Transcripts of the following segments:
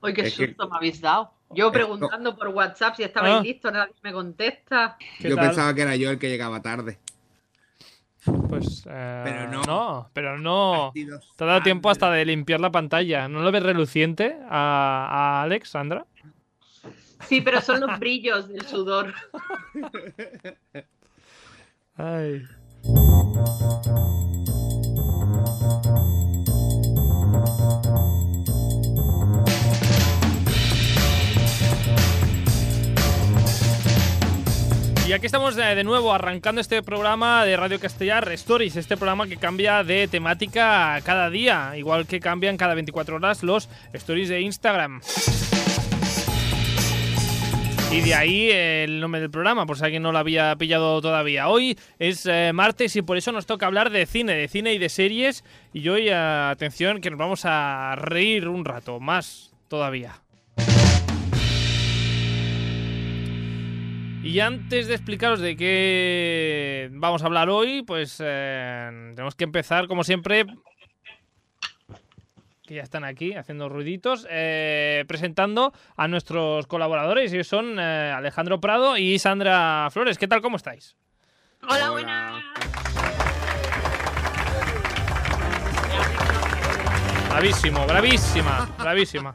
Oye, qué susto me habéis dado. Eh, Yo preguntando por WhatsApp si estabais Ah. listos, nadie me contesta. ¿Qué Yo tal? pensaba que era yo el que llegaba tarde. Pues. eh, Pero no. pero no. Partidos Te ha dado tiempo antes. hasta de limpiar la pantalla. ¿No lo ves reluciente a, a Alex, Sandra? Sí, pero son los brillos del sudor. Ay. Y aquí estamos eh, de nuevo arrancando este programa de Radio Castellar Stories, este programa que cambia de temática cada día, igual que cambian cada 24 horas los stories de Instagram. Y de ahí eh, el nombre del programa, por si alguien no lo había pillado todavía. Hoy es eh, martes y por eso nos toca hablar de cine, de cine y de series. Y hoy, eh, atención, que nos vamos a reír un rato, más todavía. Y antes de explicaros de qué vamos a hablar hoy, pues eh, tenemos que empezar, como siempre, que ya están aquí haciendo ruiditos, eh, presentando a nuestros colaboradores. Ellos son eh, Alejandro Prado y Sandra Flores. ¿Qué tal? ¿Cómo estáis? Hola, Hola. buenas. Bravísimo, bravísima, bravísima.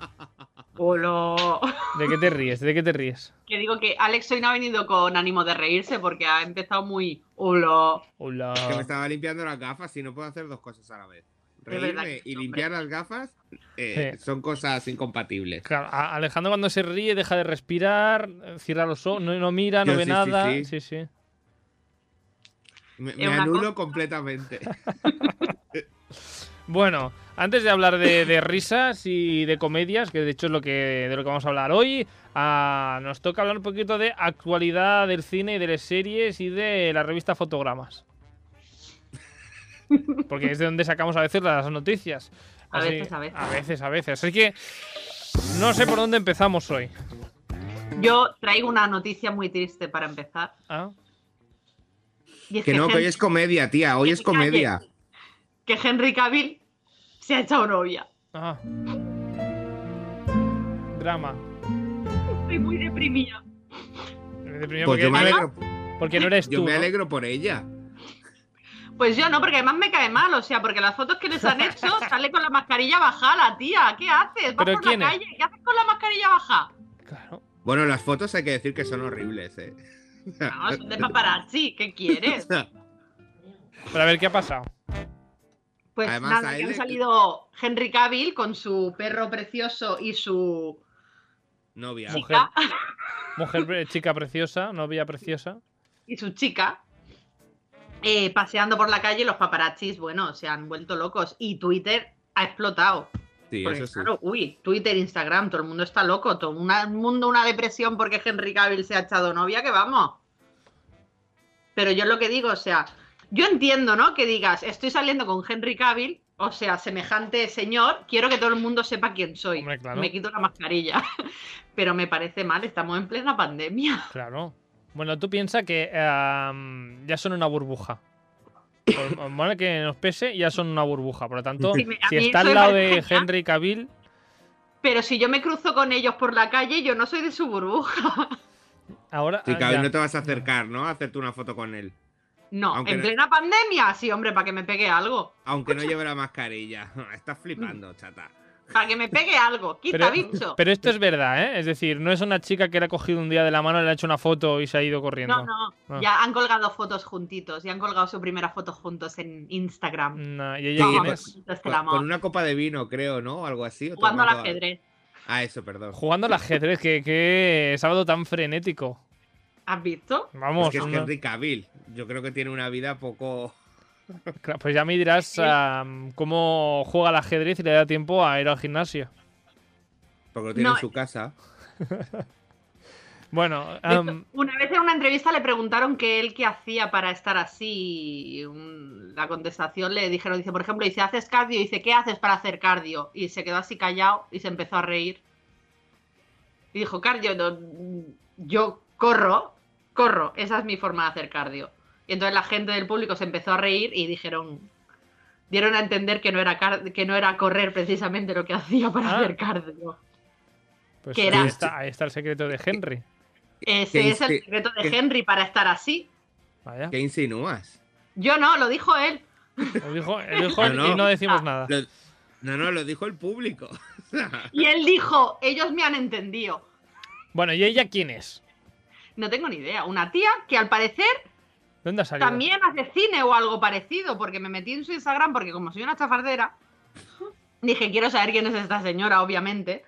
Hola. ¿De qué te ríes? ¿De qué te ríes? Que digo que Alex hoy no ha venido con ánimo de reírse porque ha empezado muy. Hola. Hola. Que me estaba limpiando las gafas y no puedo hacer dos cosas a la vez. Es verdad Reírme que y no, limpiar las gafas eh, Sí. son cosas incompatibles. Claro, a- Alejandro cuando se ríe deja de respirar, eh, cierra los ojos, no, no mira, no Yo ve sí, sí, nada. sí. sí, sí. Me, Es me una anulo completamente. Bueno, antes de hablar de, de risas y de comedias, que de hecho es lo que, de lo que vamos a hablar hoy, ah, nos toca hablar un poquito de actualidad del cine y de las series y de la revista Fotogramas. Porque es de donde sacamos a veces las noticias. A veces, a veces. A veces, a veces. Así que no sé por dónde empezamos hoy. Yo traigo una noticia muy triste para empezar. Ah, Y es Que no, que hoy es comedia, tía. Hoy que es te calles. comedia. que Henry Cavill se ha echado novia. ah. Drama. Estoy muy deprimida. Me deprimió Pues yo porque, me no eres, alegro, porque no eres yo tú. me ¿no? alegro por ella. Pues yo no, porque además me cae mal, o sea, porque las fotos que les han hecho sale con la mascarilla bajada, tía. ¿Qué haces? Vas ¿Pero por quién la es? calle, ¿qué haces con la mascarilla baja? Claro. Bueno, las fotos hay que decir que son horribles, eh. No, son de paparazzi, ¿qué quieres? Pero a ver qué ha pasado. Pues Además, nada, a que él han le- salido Henry Cavill con su perro precioso y su Novia. Mujer. Mujer, pre- chica preciosa, novia preciosa. y su chica eh, paseando por la calle y los paparazzis, bueno, se han vuelto locos. Y Twitter ha explotado. Sí, Porque, eso sí. claro, uy, Twitter, Instagram, todo el mundo está loco, todo una- el mundo una depresión porque Henry Cavill se ha echado novia, que vamos. Pero yo lo que digo, o sea, yo entiendo, ¿no? Que digas, estoy saliendo con Henry Cavill, o sea, semejante señor, quiero que todo el mundo sepa quién soy. Hombre, claro. Me quito la mascarilla. Pero me parece mal, estamos en plena pandemia. Claro. Bueno, tú piensas que ehm, ya son una burbuja. Por por mal que nos pese, ya son una burbuja. Por lo tanto, Sí, me- a si mí está eso al me lado de parece genial. Henry Cavill, Pero si yo me cruzo con ellos por la calle, yo no soy de su burbuja. ahora. Sí, ah, cabrón, ya. no te vas a acercar, ¿no? A hacerte una foto con él. No, Aunque en no- plena pandemia, sí, hombre, para que me pegue algo. Aunque no lleve la mascarilla. Estás flipando, chata. Para que me pegue algo. Quita, bicho. pero esto es verdad, ¿eh? Es decir, no es una chica que le ha cogido un día de la mano, le ha hecho una foto y se ha ido corriendo. No, no, Ah. ya han colgado fotos juntitos, ya han colgado su primera foto juntos en Instagram. No, ¿Y ella Sí, pues quién pero- es? Juntos que Con, el amor. con una copa de vino, creo, ¿no? Algo así. o Jugando al tomando- ajedrez. Ah, eso, perdón. Jugando al ajedrez, que, que sábado tan frenético. ¿Has visto? Vamos, es que es una- Henry Cavill. Yo creo que tiene una vida poco. Claro, pues ya me dirás am, cómo juega al ajedrez y le da tiempo a ir al gimnasio. Porque lo tiene No. en su casa. Bueno, De hecho, am, una vez en una entrevista le preguntaron que él qué hacía para estar así. y un- la contestación le dijeron, dice, por ejemplo, dice, ¿haces cardio? Y dice, ¿qué haces para hacer cardio? Y se quedó así callado y se empezó a reír. Y dijo, cardio, no, yo corro, corro, esa es mi forma de hacer cardio. Y entonces la gente del público se empezó a reír y dijeron, dieron a entender que no era, car- que no era correr precisamente lo que hacía para Ah. hacer cardio. Pues que ahí, era- está, ahí está el secreto de Henry. Ese que es el inste- secreto de que- Henry para estar así. Vaya. ¿Qué insinúas? Yo no, lo dijo él. Lo dijo, lo dijo No, él y Ah, no. Ah. no decimos nada. Lo- No, no, lo dijo el público. Y él dijo, ellos me han entendido. Bueno, ¿y ella quién es? No tengo ni idea. Una tía que al parecer ¿Dónde ha salido? también hace cine o algo parecido, porque me metí en su Instagram, porque como soy una chafardera, dije, quiero saber quién es esta señora, obviamente.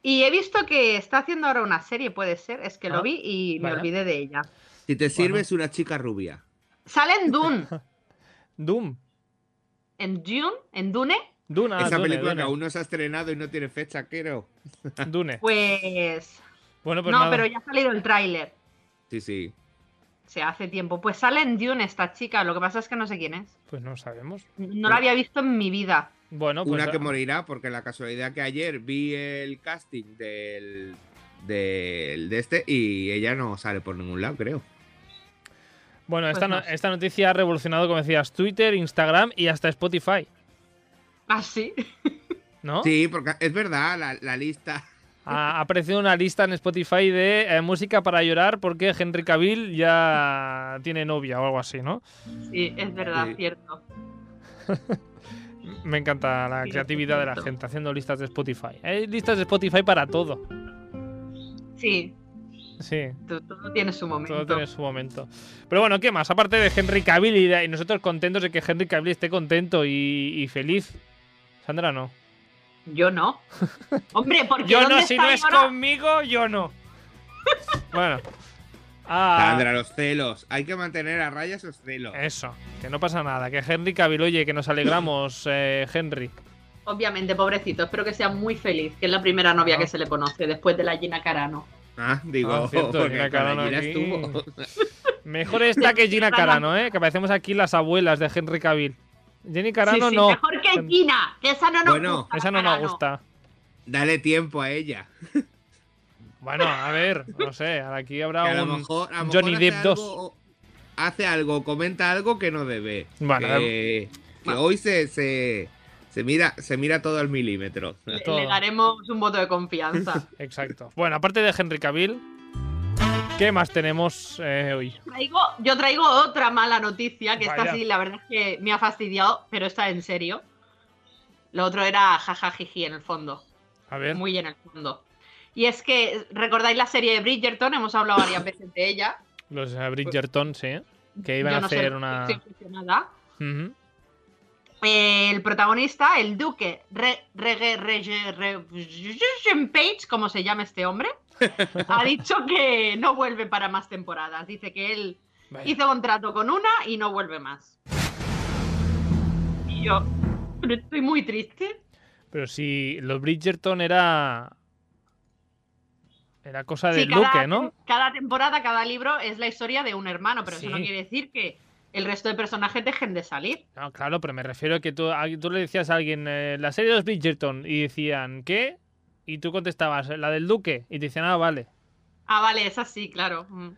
Y he visto que está haciendo ahora una serie, puede ser, es que Ah, lo vi y me vale. olvidé de ella. Si te sirve es una chica rubia. Sale en Dune, Doom. en Dune, en Dune, Dune, ah, Esa Dune, película Dune. que aún no se ha estrenado y no tiene fecha, creo. Dune. pues... Bueno, pues no, nada. pero ya ha salido el tráiler, Sí, sí. o sea, hace tiempo. Pues sale en Dune esta chica, lo que pasa es que no sé quién es. Pues no sabemos. No la había visto en mi vida. Bueno, pues. una que ah, morirá, porque la casualidad que ayer vi el casting del, del de este y ella no sale por ningún lado, creo. Bueno, Pues esta, no- no sé. esta noticia ha revolucionado, como decías, Twitter, Instagram y hasta Spotify, Así. ¿no? Sí, porque es verdad, la, la lista. Ha ha aparecido una lista en Spotify de eh, música para llorar porque Henry Cavill ya tiene novia o algo así, ¿no? Sí, es verdad, Sí. cierto. Me encanta la Sí, creatividad de la cierto. gente haciendo listas de Spotify. Hay listas de Spotify para todo. Sí, Sí, tú- todo tiene su momento. todo tiene su momento. Pero bueno, ¿qué más? Aparte de Henry Cavill y, de- y nosotros contentos de que Henry Cavill esté contento y, y feliz. Sandra no. Yo no. Hombre, porque Yo no, ¿dónde si está no es ahora? conmigo, yo no. bueno. Ah, Sandra, los celos. Hay que mantener a raya esos celos. Eso, que no pasa nada, que Henry Cavill, oye, que nos alegramos, eh, Henry. Obviamente, pobrecito. Espero que sea muy feliz, que es la primera novia Ah. que se le conoce después de la Gina Carano. Ah, digo, Ah, cierto, porque Gina con la Carano Gina aquí. estuvo. Mejor esta que Gina Carano, ¿eh? Que parecemos aquí las abuelas de Henry Cavill. Jenny Carano Sí, sí, no, Mejor que Gina, que esa no nos Bueno, gusta. la esa no nos Carano. gusta. Dale tiempo a ella. Bueno, a ver, no sé, ahora aquí Que a habrá lo un... mejor, a lo Johnny mejor hace Depp dos. algo- hace algo, comenta algo que no debe. Bueno, que, que hoy se, se, se mira, se mira todo al milímetro. Le, Todo. le daremos un voto de confianza. Exacto. Bueno, aparte de Henry Cavill, ¿qué más tenemos eh, hoy? Traigo- yo traigo otra mala noticia, que Vaya. esta sí, la verdad es que me ha fastidiado, pero está en serio. Lo otro era jajajiji en el fondo. A ver, muy en el fondo. Y es que, ¿recordáis la serie de Bridgerton? Hemos hablado varias veces de ella. los eh, Bridgerton, sí, que iban Pues Yo a no sé, hacer una... estoy obsesionada. Ujú. Eh, El protagonista, el duque, Re- Rege- Rege- Re- Page, como se llama este hombre, ha dicho que no vuelve para más temporadas. Dice que él Vaya. hizo contrato con una y no vuelve más. Y yo, pero estoy muy triste. Pero si los Bridgerton era... Era cosa de Sí, cada Luke, tem- ¿no? Cada temporada, cada libro es la historia de un hermano, pero eso no Sí. quiere decir que el resto de personajes dejen de salir. No, claro, pero me refiero a que tú, a- tú le decías a alguien eh, la serie de los Bridgerton y decían ¿qué? Y tú contestabas la del Duque y te decían ah, vale. Ah, vale, es así, claro. Mm.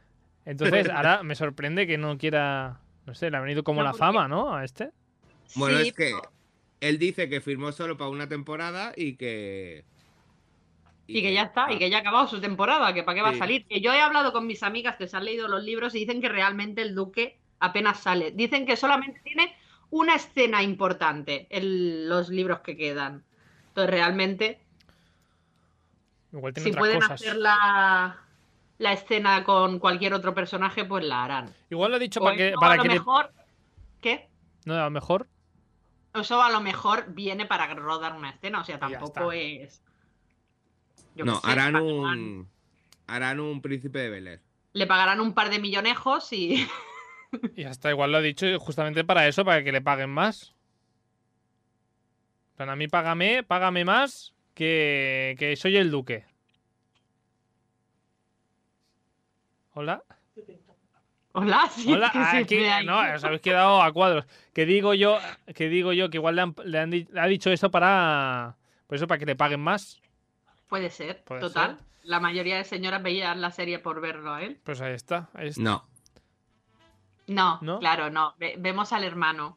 Entonces ahora me sorprende que no quiera, no sé, le ha venido como No, la porque- fama, ¿no? A este. Bueno, Sí, es que pero- él dice que firmó solo para una temporada y que. Y que ya está, y que ya ha acabado su temporada, que para qué va ah. Sí. a salir. Que yo he hablado con mis amigas que se han leído los libros y dicen que realmente el duque apenas sale. Dicen que solamente tiene una escena importante en los libros que quedan. Entonces realmente Igual tiene si otras pueden cosas. hacer la, la escena con cualquier otro personaje, pues la harán. Igual lo ha dicho O para que, eso a para lo que le- mejor. ¿Qué? no a lo mejor. Eso a lo mejor viene para rodar una escena, o sea, tampoco está. es. yo No, qué sé, harán pagarán- un. Harán un príncipe de Bel Air. Le pagarán un par de millonejos y. Y hasta igual lo ha dicho justamente para eso, para que le paguen más. En plan, a mí págame, págame más que, que soy el Duque. Hola. Hola, sí, Hola, que se aquí- ve ahí. no, os habéis quedado a cuadros. Que digo yo, que digo yo que igual le han, le han di- le ha dicho eso para, por eso para que le paguen más. Puede ser, Puede total. ser. La mayoría de señoras veían la serie por verlo a él. Pues ahí está, ahí está. No. No, ¿No? claro, no. Ve- vemos al hermano.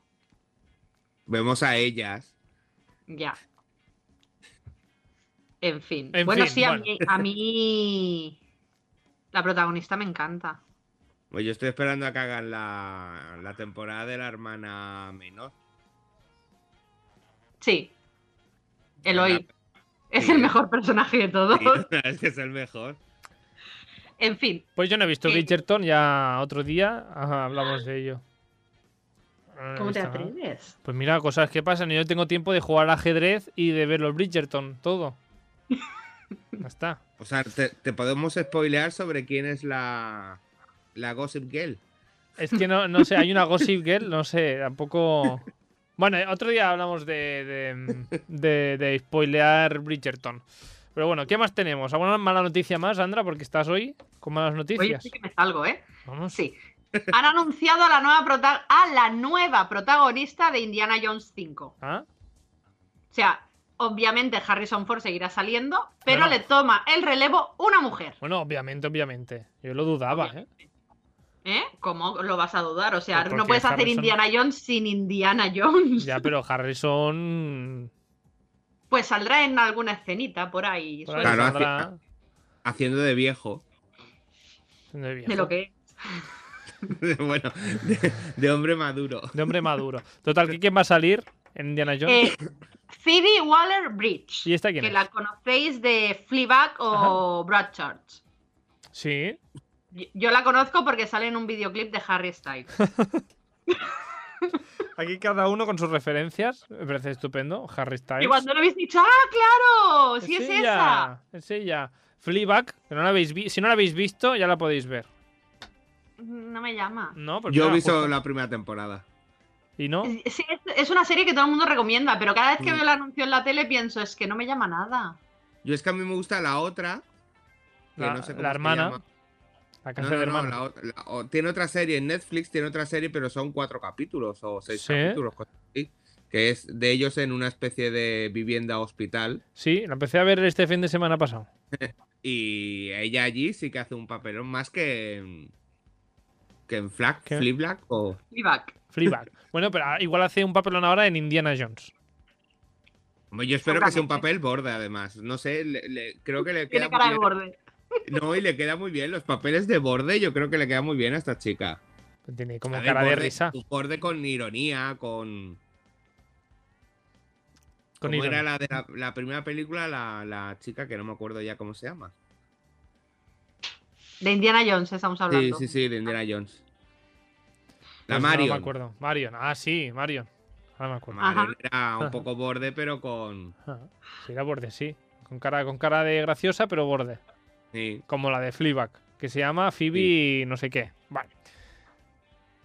Vemos a ellas. Ya. En fin. En bueno, fin, sí, bueno. A, mí, a mí la protagonista me encanta. Pues yo estoy esperando a que hagan la, la temporada de la hermana menor. Sí. Eloy. Es Sí. el mejor personaje de Sí, todos. es que es el mejor. En fin, Pues yo no he visto Sí. Bridgerton, ya otro día ajá, hablamos de ello. No lo he ¿cómo te visto nada. atreves? Pues mira, cosas que pasan. y Yo tengo tiempo de jugar al ajedrez y de ver los Bridgerton, todo. Ya está. O sea, te, te podemos spoilear sobre quién es la, la Gossip Girl. Es que no, no sé, hay una Gossip Girl, no sé, tampoco. Bueno, eh, otro día hablamos de, de, de- de spoilear Bridgerton. Pero bueno, ¿qué más tenemos? ¿Alguna mala noticia más, Andra? Porque estás hoy con malas Oye, noticias. sí que me salgo, ¿eh? Vamos. Sí. Han anunciado a la nueva, prota- a la nueva protagonista de Indiana Jones 5. O Ah, sea, obviamente Harrison Ford seguirá saliendo, pero Bueno. le toma el relevo una mujer. Bueno, obviamente, obviamente. Yo lo dudaba, ¿eh? ¿Eh? ¿Cómo lo vas a dudar? O sea, Pues no porque puedes hacer Harrison- Indiana Jones sin Indiana Jones. Ya, pero Harrison. Pues saldrá en alguna escenita por ahí. por ahí suelta, Claro, hace- saldrá Haciendo de viejo. de de viejo. lo que bueno, de, de hombre maduro. De hombre maduro. Total, ¿que ¿quién va a salir? En Indiana Jones. Eh, Phoebe Waller Bridge. ¿Y esta quién que es? la conocéis de Fleabag o Broadchurch. Sí. Yo- Yo la conozco porque sale en un videoclip de Harry Styles. Aquí cada uno con sus referencias. Me parece estupendo. Harry Styles. Y cuando lo habéis dicho, ¡ah, claro! ¡Sí es esa! ella, Es ella. Fleabag, que no la habéis vi- si no la habéis visto, ya la podéis ver. No me llama. ¿No? Porque Yo era he visto Pues justo- la Eh, primera temporada. ¿Y no? Sí, es, es una serie que todo el mundo recomienda, pero cada vez que Mm. veo el anuncio en la tele pienso, es que no me llama nada. Yo es que a mí me gusta la otra. que La- no sé la cómo se hermana. llama. La No, casa no, de no, hermanos. la ot- la o- tiene otra serie en Netflix, tiene otra serie, pero son cuatro capítulos o seis Sí. capítulos, cosas así, que es de ellos en una especie de vivienda hospital. Sí, la empecé a ver este fin de semana pasado. Y ella allí sí que hace un papelón más que en, que en Flack, ¿Qué? Flip Black o... Fleabag. Fleabag. bueno, pero ah, igual hace un papelón ahora en Indiana Jones. Hombre, Yo espero que sea un Seguramente. papel borde, además. No sé, le- le- creo que le queda Tiene muy cara de bien. borde. No, y le queda muy bien. Los papeles de borde, yo creo que le queda muy bien a esta chica. Tiene como A ver, cara de borde- risa. Borde con ironía, con. Con ¿Cómo ironía. era la de la, la primera película, la, la chica que no me acuerdo ya cómo se llama. De Indiana Jones estamos Sí, hablando. Ah. sí, sí, de Indiana Jones. La Pues no Marion. me acuerdo. Marion. Ah, sí, Marion. Ahora me acuerdo. Marion era un poco borde, pero con. Ah, sí, era borde, sí. Con cara, con cara de graciosa, pero borde. sí. Como la de Fleabag, que se llama Phoebe no sé qué. Vale.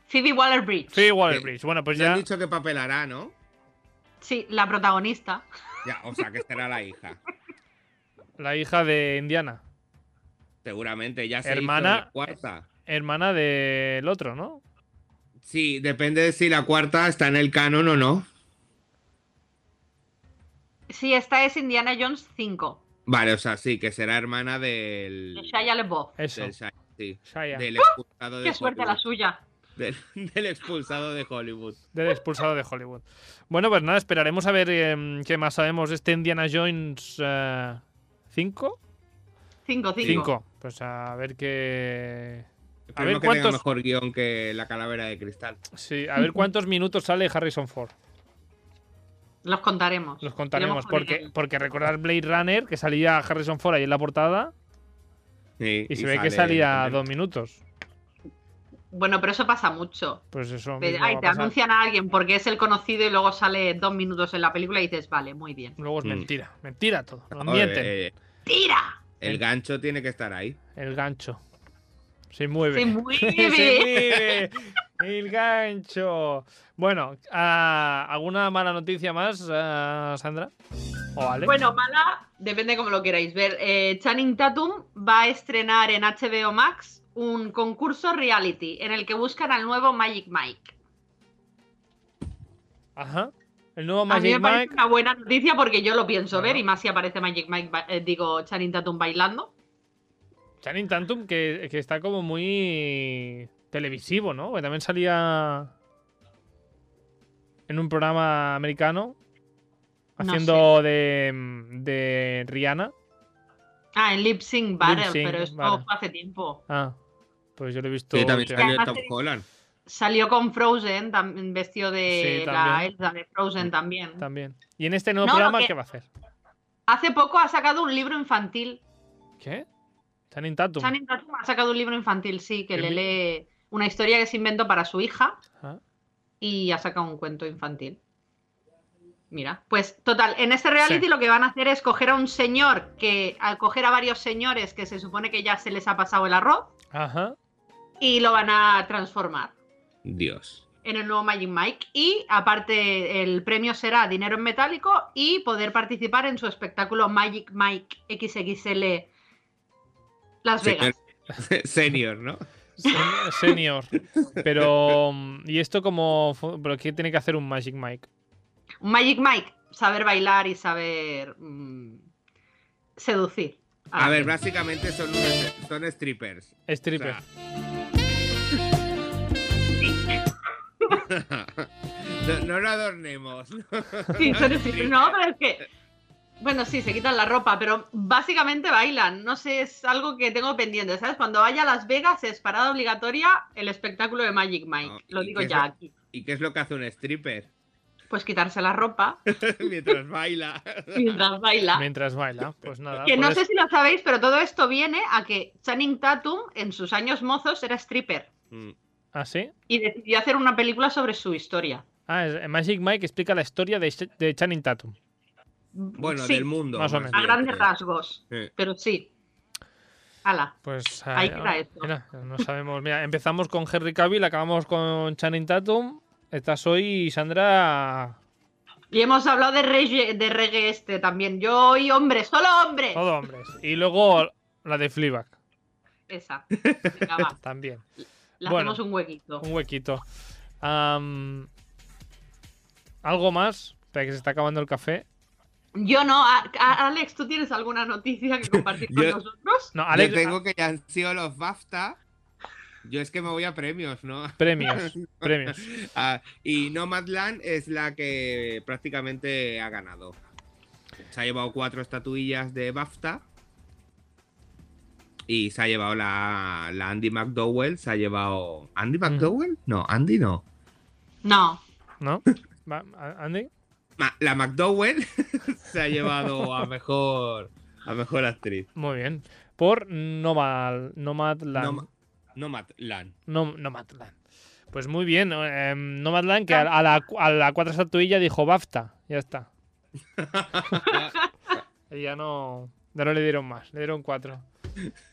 Phoebe Waller Bridge. Phoebe Waller-Bridge. Bueno, pues Nos han ya... dicho que papelará, ¿no? Sí, la protagonista. Ya, o sea, que será la hija. La hija de Indiana. Seguramente, ya se Hermana- hizo la cuarta. Hermana del otro, ¿no? Sí, depende de si la cuarta está en el canon o no. Sí, esta es Indiana Jones 5. Vale, o sea, sí, que será hermana De del. Shia LaBeouf. Eso. del Shia, sí, Shia. del expulsado de Qué suerte la Hollywood. suya. Del, del expulsado de Hollywood. Del expulsado de Hollywood. Bueno, pues nada, esperaremos a ver eh, qué más sabemos de este Indiana Jones eh, 5. 5, 5. 5. Pues a ver qué. A ver Esperemos que cuántos- tenga mejor guión que La Calavera de Cristal. Sí, a ver cuántos minutos sale Harrison Ford. Los contaremos. Los contaremos. Iremos Porque, publicando. porque recordar Blade Runner, que salía Harrison Ford ahí en la portada, Sí, y se ve que sale salía también. dos minutos. Bueno, pero eso pasa mucho. Pues eso. Pero, mismo ay, va a te pasar. anuncian a alguien porque es el conocido y luego sale dos minutos en la película y dices, vale, muy bien. Luego es Mm. mentira. Mentira todo. Nos Oye, mienten. eh, ¡Tira! el Sí. gancho tiene que estar ahí. El gancho. Se mueve. ¡Se ¡Se mueve! mueve! El gancho. Bueno, ah, ¿alguna mala noticia más, ah, Sandra? ¿O Alex? Bueno, mala, depende como lo queráis ver. Eh, Channing Tatum va a estrenar en HBO Max un concurso reality en el que buscan al nuevo Magic Mike. Ajá. El nuevo a mí Magic me parece Mike. una buena noticia porque yo lo pienso Ajá. ver y más si aparece Magic Mike, ba- eh, digo, Channing Tatum bailando. Channing Tantum, que, que está como muy televisivo, ¿no? Que también salía en un programa americano. No haciendo de, de Rihanna. Ah, en Lip Sync Battle, Sync pero esto Battle. fue hace tiempo. Ah, pues yo lo he visto. Que también hostia. sale- salió además Tom que- Holland. Salió con Frozen, tam- vestido de Sí, la también. Elsa de Frozen también. También. Y en este nuevo No, lo programa, que- ¿qué va a hacer? Hace poco ha sacado un libro infantil. ¿Qué? Channing Tatum. Channing Tatum ha sacado un libro infantil, sí, que El le mi- lee una historia que se inventó para su hija Ah, y ha sacado un cuento infantil. Mira, pues total, en este reality Sí. lo que van a hacer es coger a un señor que, al coger a varios señores que se supone que ya se les ha pasado el arroz Ajá. y lo van a transformar. Dios. en el nuevo Magic Mike y aparte el premio será dinero en metálico y poder participar en su espectáculo Magic Mike XXL Las Señor. Vegas. Senior, ¿no? Sen- Senior. Pero. mm, ¿Y esto como ¿Pero qué tiene que hacer un Magic Mike? Un Magic Mike, saber bailar y saber mm, seducir. la A ver, gente. básicamente son, unos- son strippers. O Stripper. sea, no, no lo adornemos. Sí, son strippers. No, pero es que. Bueno, sí, se quitan la ropa, pero básicamente bailan. No sé, es algo que tengo pendiente, ¿sabes? Cuando vaya a Las Vegas es parada obligatoria el espectáculo de Magic Mike. Ah, Lo ¿y digo qué es ya lo- aquí. ¿Y qué es lo que hace un stripper? Pues quitarse la ropa Mientras baila. mientras baila. Mientras baila. Pues nada. Que no pues- sé si lo sabéis, pero todo esto viene a que Channing Tatum en sus años mozos era stripper Mm, ¿Ah, sí? y decidió hacer una película sobre su historia. Ah, es- Magic Mike explica la historia de, Ch- de Channing Tatum. Bueno, Sí, del mundo. más o menos. a bien, grandes sí. rasgos, Sí. pero sí. Ala, Pues Ahí ah, queda esto. mira, no sabemos. Mira, empezamos con Henry Cavill, acabamos con Channing Tatum. Estás hoy, Sandra. Y hemos hablado de reggae, de reggae este también. Yo y hombre, solo hombre. Todo hombres. Y luego la de Fleabag Esa. Venga, va. también. Le Bueno. hacemos un huequito. Un huequito. Am, Algo más. Espera que se está acabando el café. Yo no. A- a- Alex, ¿tú tienes alguna noticia que compartir con Yo- nosotros? No, Yo Alex, tengo que ya han sido los BAFTA. Yo es que me voy a premios, ¿no? ah, premios. premios. Ah, y Nomadland es la que prácticamente ha ganado. Se ha llevado cuatro estatuillas de BAFTA. Y se ha llevado la, la Andy McDowell. Se ha llevado. ¿Andy McDowell? No, Andy no. No. ¿No? Va, a- Andy. Ma- la McDowell se ha llevado a mejor. A mejor actriz. Muy bien. Por Nomad, Nomadland. Noma- Nomadland. No, Nomadland. Pues muy bien. eh, Nomadland, que a, a la, a la cuarta estatuilla dijo BAFTA. Ya está. y ya no, ya no le dieron más. Le dieron cuatro.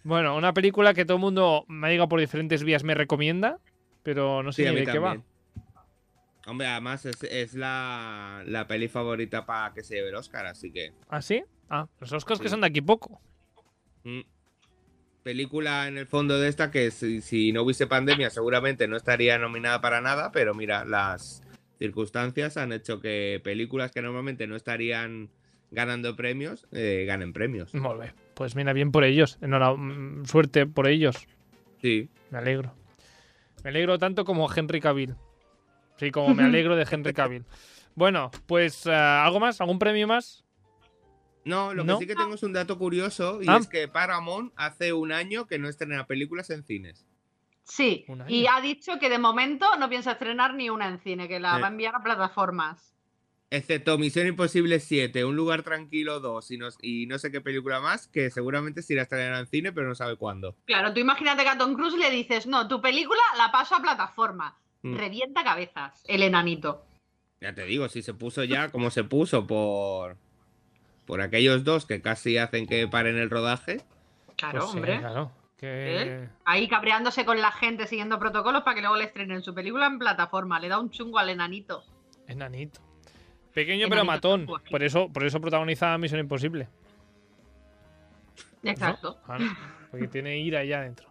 Bueno, una película que todo el mundo me ha llegado por diferentes vías, me recomienda. Pero no sé Sí, a ni mí de qué va. también. Hombre, además es, es la, la peli favorita para que se lleve el Oscar, así que. ¿Ah, sí? Ah, los Oscars que Sí. son de aquí poco. mm. Película en el fondo de esta que si, si no hubiese pandemia seguramente no estaría nominada para nada, pero mira, las circunstancias han hecho que películas que normalmente no estarían ganando premios, eh, ganen premios. Muy bien. Pues mira, bien por ellos. Enhorabu- mm, Suerte por ellos. Sí. Me alegro. Me alegro tanto como Henry Cavill. Sí, como me alegro de Henry Cavill. Bueno, pues ah, ¿algo más? ¿Algún premio más? No, lo No. que sí que tengo es un dato curioso y Ah. es que Paramount hace un año que no estrena películas en cines. Sí, Un año. y ha dicho que de momento no piensa estrenar ni una en cine, que la Eh. va a enviar a plataformas. Excepto Este, Misión Imposible 7, Un Lugar Tranquilo 2 y no, y no sé qué película más, que seguramente se irá a estrenar en cine, pero no sabe cuándo. Claro, tú imagínate que a Tom Cruise le dices, no, tu película la paso a plataforma. Mm. Revienta cabezas, el enanito. Ya te digo, si se puso ya como se puso por, por aquellos dos que casi hacen que paren el rodaje. Claro, Pues sí, hombre. claro. Que... ¿Eh? Ahí cabreándose con la gente, siguiendo protocolos para que luego le estrenen su película en plataforma. Le da un chungo al enanito. Enanito. Pequeño Enanito pero matón. tatuaje. Por eso, por eso protagoniza Misión Imposible. ¿no? Exacto. Ah, no, porque tiene ira allá adentro.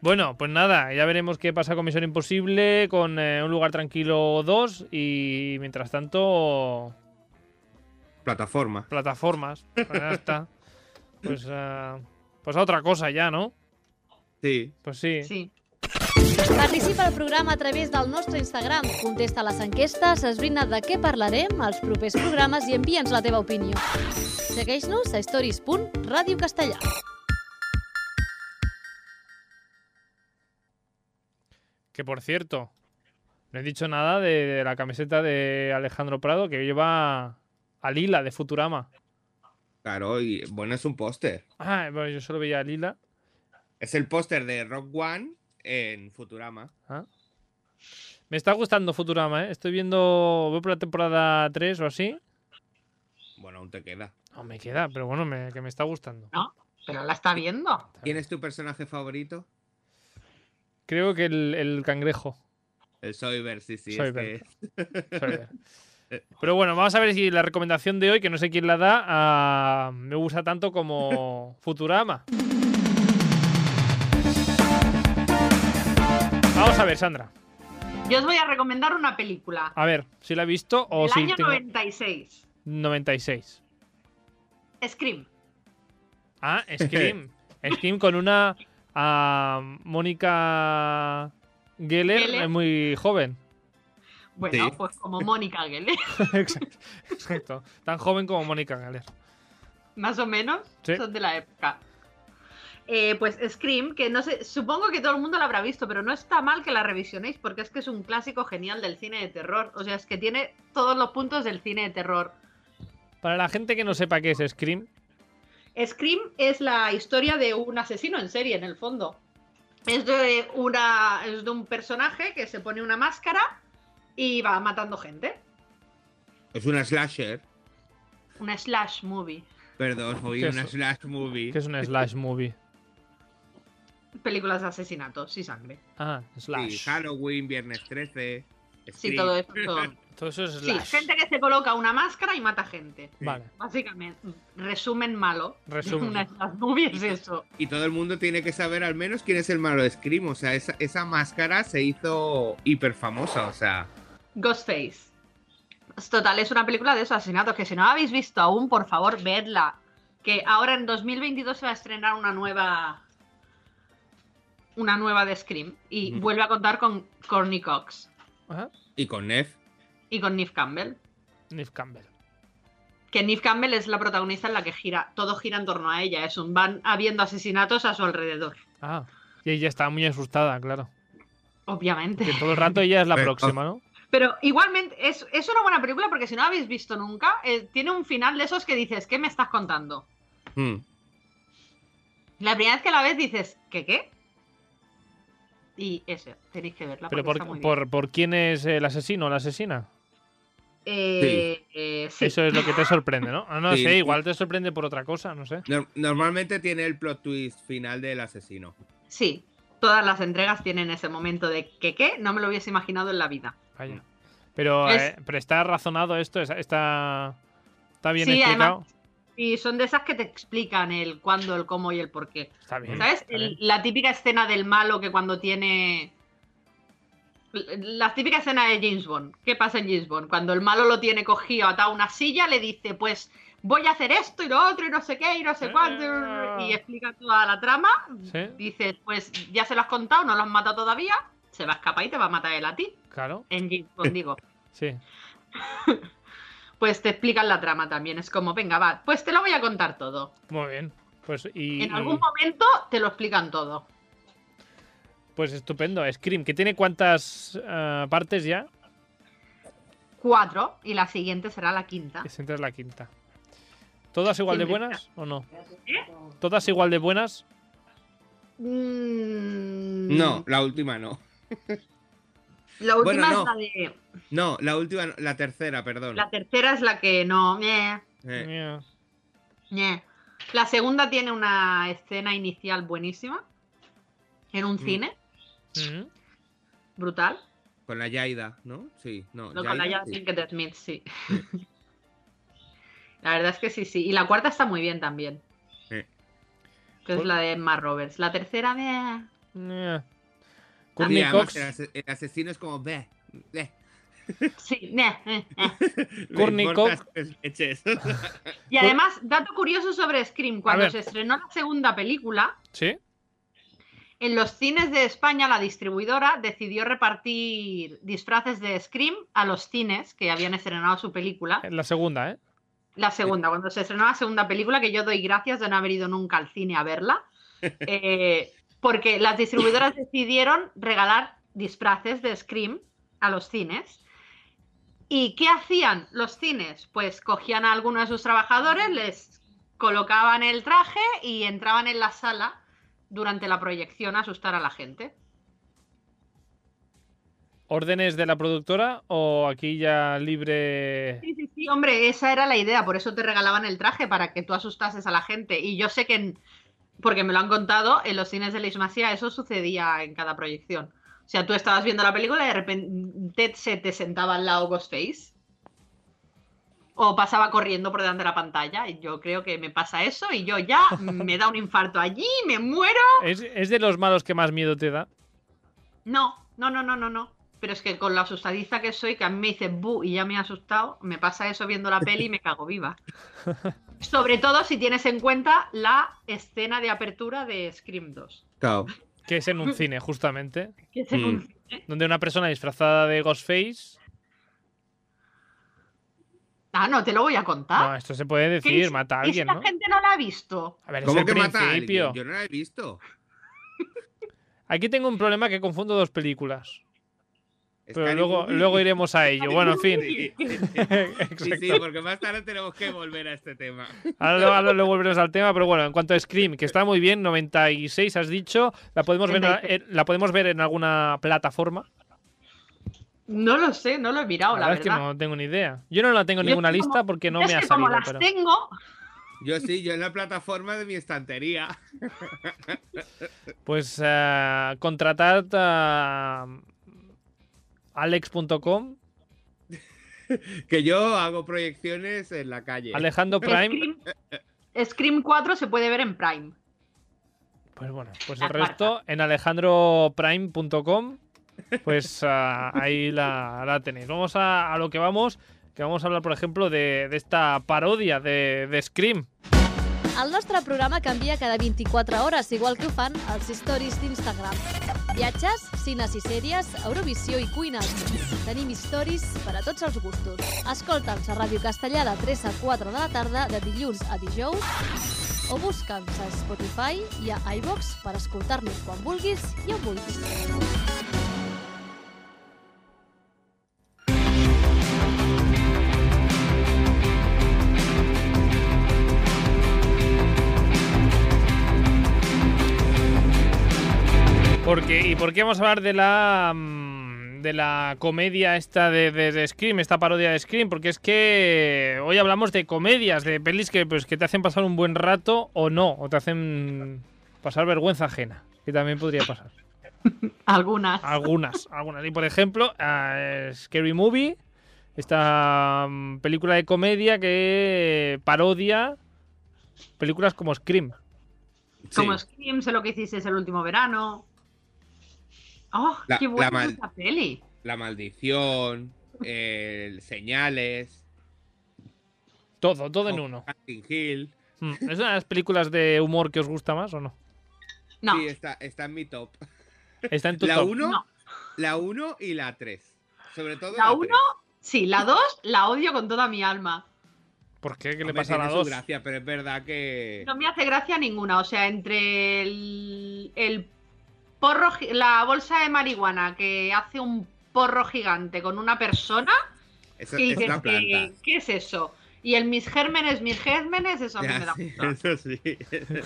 Bueno, pues nada, ya veremos qué pasa con Misión Imposible, con eh, Un Lugar Tranquilo 2 y mientras tanto Plataforma. plataformas. Pues ya está. eh, Pues, ah, pues a otra cosa ya, ¿no? Sí. Pues sí. Sí. Participa al programa a través del nostre Instagram, contesta les enquestes, esbrina de què parlarem als propers programes i envia'ns la teva opinió. Segueix-nos a stories.radiocastellà. Que por cierto, no he dicho nada de, de la camiseta de Alejandro Prado que lleva a Lila de Futurama. Claro, y bueno, es un póster. Ah, bueno, yo solo veía a Lila. Es el póster de Rock One en Futurama. Ah. Me está gustando Futurama, ¿eh? Estoy viendo. Voy por la temporada 3 o así. Bueno, aún te queda. No me queda, pero bueno, me- que me está gustando. ¿no? Pero la está viendo. ¿Quién es tu personaje favorito? Creo que el, el cangrejo. El Soyber, sí, sí. Soy es que- Joder. Eh, Pero bueno, vamos a ver si la recomendación de hoy, que no sé quién la da, ah, me gusta tanto como Futurama. Vamos a ver, Sandra. Yo os voy a recomendar una película. A ver si la he visto o El si año Oh, tengo- 96. 96. Scream. Ah, Scream. Scream con una ah, Mónica Geller, Geller. eh, muy joven. Bueno, Sí. pues como Mónica Geller, exacto, exacto. Tan joven como Mónica Geller. más o menos, Sí. son de la época. Eh, pues Scream, que no sé, supongo que todo el mundo la habrá visto, pero no está mal que la revisionéis porque es que es un clásico genial del cine de terror. O sea, es que tiene todos los puntos del cine de terror. Para la gente que no sepa qué es Scream, Scream es la historia de un asesino en serie, en el fondo. Es de, una, es de un personaje que se pone una máscara y va matando gente. Es una slasher. Una slash movie. Perdón, oí ¿Qué una es- slash movie. que es un slash movie. Películas de asesinatos y sangre. Ah, Sí, slash. Halloween, Viernes 13. Sí, Scream. todo eso son- Todo eso es Sí, slash. gente que se coloca una máscara y mata gente. Vale. Básicamente, resumen malo. de Resumen. Una slash movie es eso. Y todo el mundo tiene que saber al menos quién es el malo de Scream. O sea, esa, esa máscara se hizo hiper famosa. O sea, Ghostface. Es Total, es una película de esos asesinatos que si no la habéis visto aún, por favor, vedla. Que ahora en 2022 se va a estrenar una nueva. Una nueva de Scream. Y Ujú. vuelve a contar con Corny Cox Ajá. y con Neff. y con Neve Campbell. Neve Campbell. Que Neve Campbell es la protagonista en la que gira. Todo gira en torno a ella. Es un van habiendo asesinatos a su alrededor. Ah. Y ella está muy asustada, claro. Obviamente. Que todo el rato ella es la Pero- próxima, ¿no? Pero igualmente, es, es una buena película porque si no la habéis visto nunca, eh, tiene un final de esos que dices, ¿qué me estás contando? Hmm. La primera vez que la ves dices, ¿qué qué? Y eso, tenéis que verla. Pero porque Ah, pues está muy por, bien. por, por quién es el asesino o la asesina. Eh, eh, sí. Eso es lo que te sorprende, ¿no? Ah, no Sí. sé, igual te sorprende por otra cosa, no sé. Nor- normalmente tiene el plot twist final del asesino. sí, todas las entregas tienen ese momento de que qué, no me lo hubiese imaginado en la vida. Mm. Vaya. Pero, Es- eh, pero está razonado esto, es- está, está bien Sí, explicado. además- Y son de esas que te explican el cuándo, el cómo y el por qué. está bien. ¿Sabes? está El- bien. la típica escena del malo que cuando tiene. La típica escena de James Bond. ¿Qué pasa en James Bond? Cuando el malo lo tiene cogido, atado a una silla, le dice, pues voy a hacer esto y lo otro y no sé qué y no sé cuánto Ah. y explica toda la trama. Sí. Dices, pues ya se lo has contado, no lo has matado todavía, se va a escapar y te va a matar él a ti. Claro, En James Bond digo. sí. Pues te explican la trama también. Es como, venga, va, pues te lo voy a contar todo. Muy bien. Pues, y, En y- algún momento te lo explican todo. pues estupendo. Scream, que tiene cuántas eh, partes ya? Cuatro, y la siguiente será la quinta. Esa es la quinta. ¿Todas igual de Siempre buenas o no? ¿Eh? ¿Todas igual de buenas? Mm, No, la última no. La última Bueno, es no. la de. No, la última, no, la tercera, perdón. La tercera es la que no. ñe, Eh, Mía. ñe. La segunda tiene una escena inicial buenísima. En un Mm. cine. Mm. Brutal. con la Yaida, ¿no? Sí, no. Lo que la Yaida, llaman sí. Get Smith, sí. la verdad es que sí, sí. Y la cuarta está muy bien también. Eh. Que es Pues- la de Emma Roberts. La tercera, ñe. Mía. Sí, Courtney Ah, además, Cox, el, ase- el asesino es como ve, ve. Sí, ñe, eh, eh. Courtney Cox. Pues Y además, dato curioso sobre Scream. Cuando ver. se estrenó la segunda película, ¿sí? En los cines de España, la distribuidora decidió repartir disfraces de Scream a los cines que habían estrenado su película. La segunda, ¿eh? La segunda, cuando se estrenó la segunda película, que yo doy gracias de no haber ido nunca al cine a verla, eh, porque las distribuidoras decidieron regalar disfraces de Scream a los cines. ¿Y qué hacían los cines? Pues cogían a alguno de sus trabajadores, les colocaban el traje y entraban en la sala durante la proyección a asustar a la gente. ¿Órdenes de la productora o aquí ya libre? Sí, sí, sí, hombre, esa era la idea, por eso te regalaban el traje, para que tú asustases a la gente. Y yo sé que, en- porque me lo han contado, en los cines de la Ismasía eso sucedía en cada proyección. O sea, tú estabas viendo la película y de repente se te sentaba al lado Ghostface. O pasaba corriendo por delante de la pantalla. Y yo creo que me pasa eso y yo ya me da un infarto allí, me muero. ¿Es, es de los malos que más miedo te da? No, no, no, no, no, no. Pero es que con la asustadiza que soy, que a mí me dice bu y ya me he asustado, me pasa eso viendo la peli y me cago viva. Sobre todo si tienes en cuenta la escena de apertura de Scream 2. Claro. Que es en un cine, justamente. Que es en Mm. un- Donde una persona disfrazada de Ghostface. Ah, no, te lo voy a No, contar. esto se puede ¿Qué decir, dice- mata a ¿Y si alguien, la ¿no? gente no la ha visto? A ver, es ¿Cómo el que mata a principio. alguien? Yo no la he visto. Aquí tengo un problema que confundo dos películas. Pero Scary luego, Movie. luego iremos a ello. Bueno, en fin. Sí, sí, Exacto. porque más tarde tenemos que volver a este tema. Ahora, lo- ahora lo volveremos al tema, pero bueno, en cuanto a Scream, que está muy bien, 96 has dicho, la podemos ver, en- 96. eh, la podemos ver en alguna plataforma. No lo sé, no lo he mirado, Oh, la, la verdad, es que verdad. no tengo ni idea. Yo no la tengo en Yo ninguna es que lista como- porque no Yo me es ha que como salido. las pero- tengo, Yo sí, yo en la plataforma de mi estantería. Pues eh, contratad a alex.com, Que yo hago proyecciones en la calle. Alejandro Prime. Scream, Scream 4 se puede ver en Prime. Pues bueno, pues La el resto en alejandroprime.com, pues ah, ahí la, la tenéis. Vamos a, a lo que vamos, que vamos a hablar, por ejemplo, de, de esta parodia de, de Scream. El nostre programa canvia cada 24 hores, igual que ho fan els stories d'Instagram. Viatges, cines i sèries, Eurovisió i cuines. Tenim històries per a tots els gustos. Escolta'ns a Ràdio Castellà de 3 a 4 de la tarda, de dilluns a dijous, o busca'ns a Spotify i a iVox per escoltar-nos quan vulguis i on vulguis. Porque, ¿Y por qué vamos a hablar de la mm, de la comedia esta de, de- de Scream, esta parodia de Scream? Porque es que hoy hablamos de comedias, de pelis que, pues, que te hacen pasar un buen rato o no, o te hacen pasar vergüenza ajena, que también podría pasar. Algunas. Algunas, algunas. Y por ejemplo, eh, Scary Movie, esta mm, película de comedia que eh, parodia películas como Scream. Sí. Como Scream, sé lo que hiciste el último verano. ¡Oh, La- qué buena la mal- esa peli! La maldición, el señales, Todo, todo Oh. en uno. Hunting Hill. Mm, ¿Es una de las películas de humor que os gusta más o no? No, Sí, está, está en mi top. Está en tu La top. 1, No. la 1 y la 3. Sobre todo La la uno, sí, la 2 la odio con toda mi alma. ¿Por qué? ¿Qué que le pasa a la 2? gracia, pero es verdad que No me hace gracia ninguna. O sea, entre el, el porro, gi- la bolsa de marihuana que hace un porro gigante con una persona, es, que es dices, una planta. ¿qué, qué es eso? Y el mis gérmenes, mis gérmenes, eso a mí Ya, me da sí, mucho. eso sí.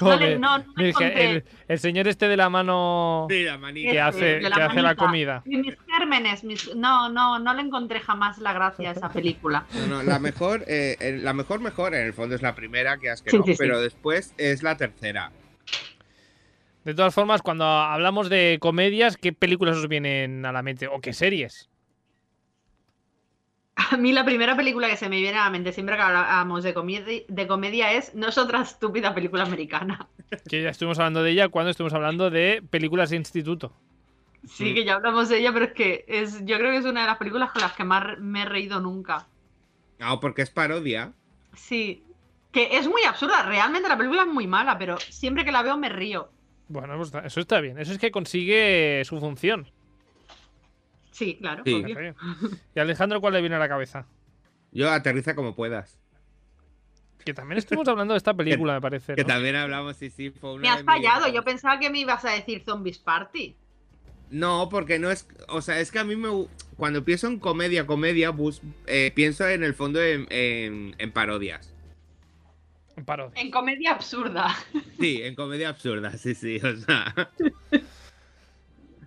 No le- no, no le encontré. el, el señor este de la mano Sí, la manita. que Ese, hace, de la, la que hace la manita. comida. Y mis gérmenes, mis... No, no, no le encontré jamás la gracia a esa película. No, no, la mejor, eh, eh, la mejor, mejor, en el fondo es la primera, que Sí, asqueroso, sí, sí. pero después es la tercera. De todas formas, cuando hablamos de comedias, ¿qué películas os vienen a la mente? ¿O qué series? A mí la primera película que se me viene a la mente siempre que hablamos de, comedi- de comedia es No es otra estúpida película americana. Que ya estuvimos hablando de ella cuando estuvimos hablando de películas de instituto. Sí, que ya hablamos de ella, pero es que es, yo creo que es una de las películas con las que más re- me he reído nunca. Ah, porque es parodia. Sí, que es muy absurda. Realmente la película es muy mala, pero siempre que la veo me río. Bueno, pues está- eso está bien. Eso es que consigue su función. Sí, claro. Sí. obvio. Está bien. ¿Y a Alejandro cuál le viene a la cabeza? Yo aterriza como puedas. Que también estuvimos hablando de esta película, me parece. Que ¿no? también hablamos, sí, sí, fue una Me has de mis- fallado, yo pensaba que me ibas a decir Zombies Party. No, porque no es. O sea, es que a mí me. gu- Cuando pienso en comedia, comedia, bus- eh, pienso en el fondo en, en- en parodias. Un parodia. En comedia absurda. Sí, en comedia absurda, sí, sí, o sea.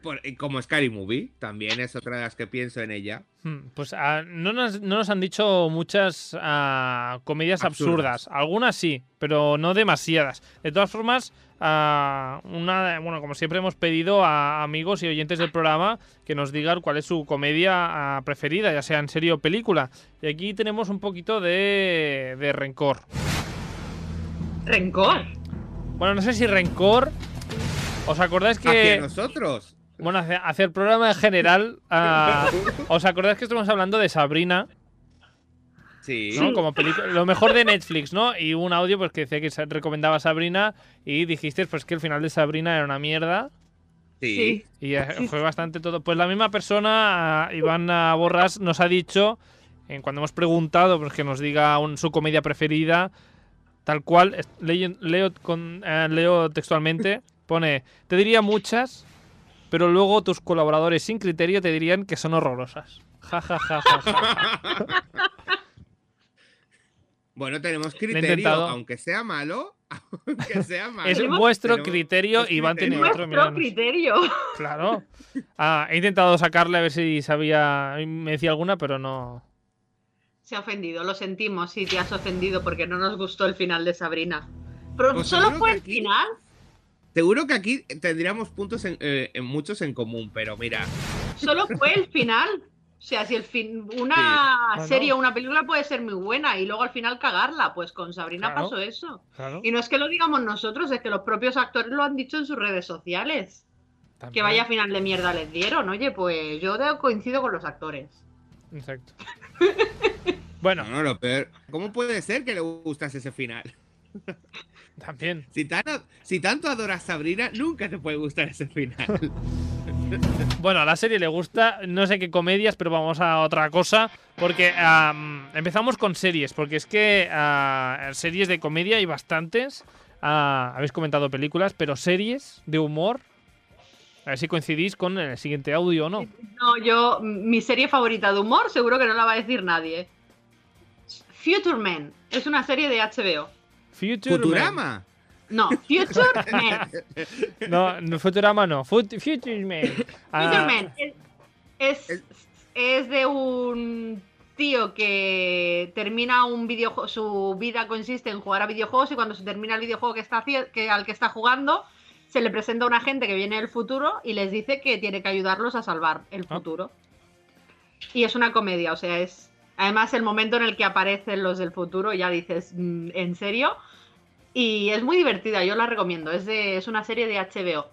Por- y como Scary Movie, también es otra de las que pienso en ella. Hmm, Pues ah, no, nos, no nos han dicho muchas ah, comedias absurdas. Absurdas. Algunas sí, pero no demasiadas. De todas formas, ah, una, bueno, como siempre hemos pedido a amigos y oyentes del programa que nos digan cuál es su comedia ah, preferida, ya sea en serie o película. Y aquí tenemos un poquito de, de rencor. Rencor. Bueno, no sé si rencor. ¿Os acordáis Hacia que... nosotros. Bueno, hacia, hacia el programa en general, ah, ¿os acordáis que estuvimos hablando de Sabrina? Sí. ¿no? Como película, lo mejor de Netflix, ¿no? Y un audio pues que decía que se- recomendaba Sabrina y dijiste pues que el final de Sabrina era una mierda Sí. Sí. y eh, fue bastante todo. Pues la misma persona, ah, Iván ah, Borras, nos ha dicho, en cuando hemos preguntado pues que nos diga un- su comedia preferida, tal cual, es- leo, leo con, eh, leo textualmente, pone, te diría muchas, pero luego tus colaboradores sin criterio te dirían que son horrorosas. Ja, ja, ja, ja, ja. Bueno, tenemos criterio, intentado. aunque sea malo, aunque sea malo. Es Tenemos- vuestro tenemos- criterio, es Iván tiene criterio. otro. mira, Nuestro no sé. criterio. Claro. Ah, he intentado sacarle a ver si sabía, me decía alguna, pero no. Se ha ofendido, lo sentimos si te has ofendido porque no nos gustó el final de Sabrina. Pero Pues solo seguro fue que el aquí- final. Seguro que aquí tendríamos puntos en, eh, en muchos en común, pero mira, Solo fue el final. O sea, si el fin, una Sí. serie Bueno. o una película puede ser muy buena y luego al final cagarla, pues con Sabrina Claro. pasó eso. Claro. Y no es que lo digamos nosotros, es que los propios actores lo han dicho en sus redes sociales. Que vaya final de mierda les dieron. Oye, pues yo de- coincido con los actores. Exacto. Bueno, no, no, lo peor. ¿Cómo puede ser que le gustas ese final? también. Si, tan a- si tanto adoras a Sabrina, nunca te puede gustar ese final. Bueno, a la serie le gusta, no sé qué comedias, pero vamos a otra cosa. Porque am, empezamos con series, porque es que ah, series de comedia hay bastantes. Ah, habéis comentado películas, pero series de humor. A ver si coincidís con el siguiente audio o no. No, yo, m- mi serie favorita de humor, seguro que no la va a decir nadie. Future Man es una serie de HBO. Future Man. Futurama. No, Future Man. No, no, Futurama no. Fut- Future Man. Ah, Future Man es- es, Es- es de un tío que termina un videojuego, su vida consiste en jugar a videojuegos y cuando se termina el videojuego que está haci- que, al que está jugando, se le presenta a una gente que viene del futuro y les dice que tiene que ayudarlos a salvar el Ah. futuro. Y es una comedia, o sea, es... Además, el momento en el que aparecen los del futuro, ya dices, "Mm, ¿en serio? Y es muy divertida, yo la recomiendo. Es, de, es una serie de HBO.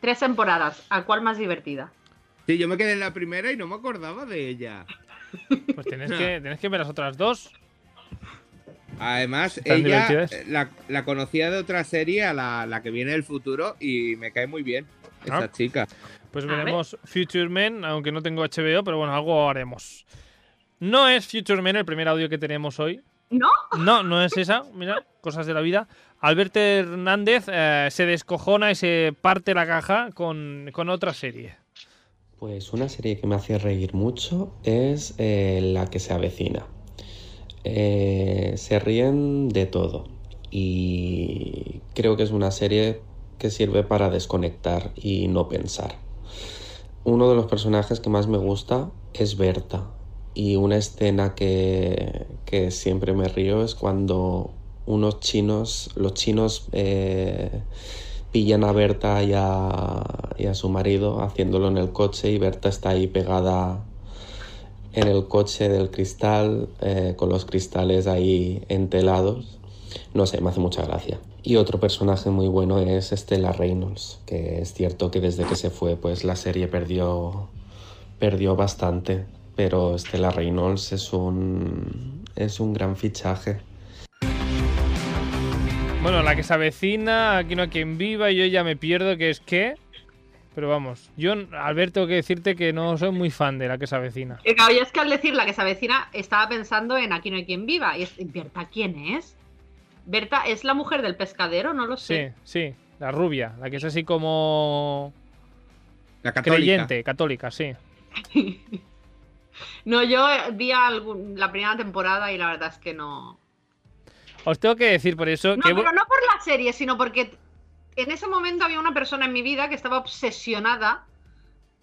Tres temporadas, ¿a cuál más divertida? Sí, yo me quedé en la primera y no me acordaba de ella. Pues tenés que, tenés que ver las otras dos. Además, Tan ella divertidas. eh, la, la conocía de otra serie, a la, la que viene del futuro, y me cae muy bien Ah. esa chica. Pues A ver. veremos Future Man, aunque no tengo HBO, pero bueno, algo haremos. No es Future Man el primer audio que tenemos hoy. ¿No? No, no es esa. Mira, cosas de la vida. Alberto Hernández eh, se descojona y se parte la caja con, con otra serie. Pues una serie que me hace reír mucho es eh, La que se avecina. Eh, se ríen de todo y creo que es una serie que sirve para desconectar y no pensar. Uno de los personajes que más me gusta es Berta y una escena que, que siempre me río es cuando unos chinos, los chinos eh, pillan a Berta y a, y a su marido haciéndolo en el coche y Berta está ahí pegada en el coche del cristal, eh, con los cristales ahí entelados. No sé, me hace mucha gracia. Y otro personaje muy bueno es Estela Reynolds, que es cierto que desde que se fue, pues la serie perdió, perdió bastante. Pero Estela Reynolds es un, es un gran fichaje. Bueno, la que se avecina, aquí no hay quien viva, y yo ya me pierdo, que es qué. Pero vamos, yo, Alberto, tengo que decirte que no soy muy fan de la que se avecina. Y claro, yo es que al decir la que se avecina estaba pensando en Aquí no hay quien viva. Y es, ¿Berta quién es? ¿Berta es la mujer del pescadero? No lo Sí, sé. sí, la rubia, la que es así como La católica. creyente, católica, sí. No, yo eh, vi algún- la primera temporada y la verdad es que no. Os tengo que decir por eso No, que... pero no por la serie, sino porque en ese momento había una persona en mi vida que estaba obsesionada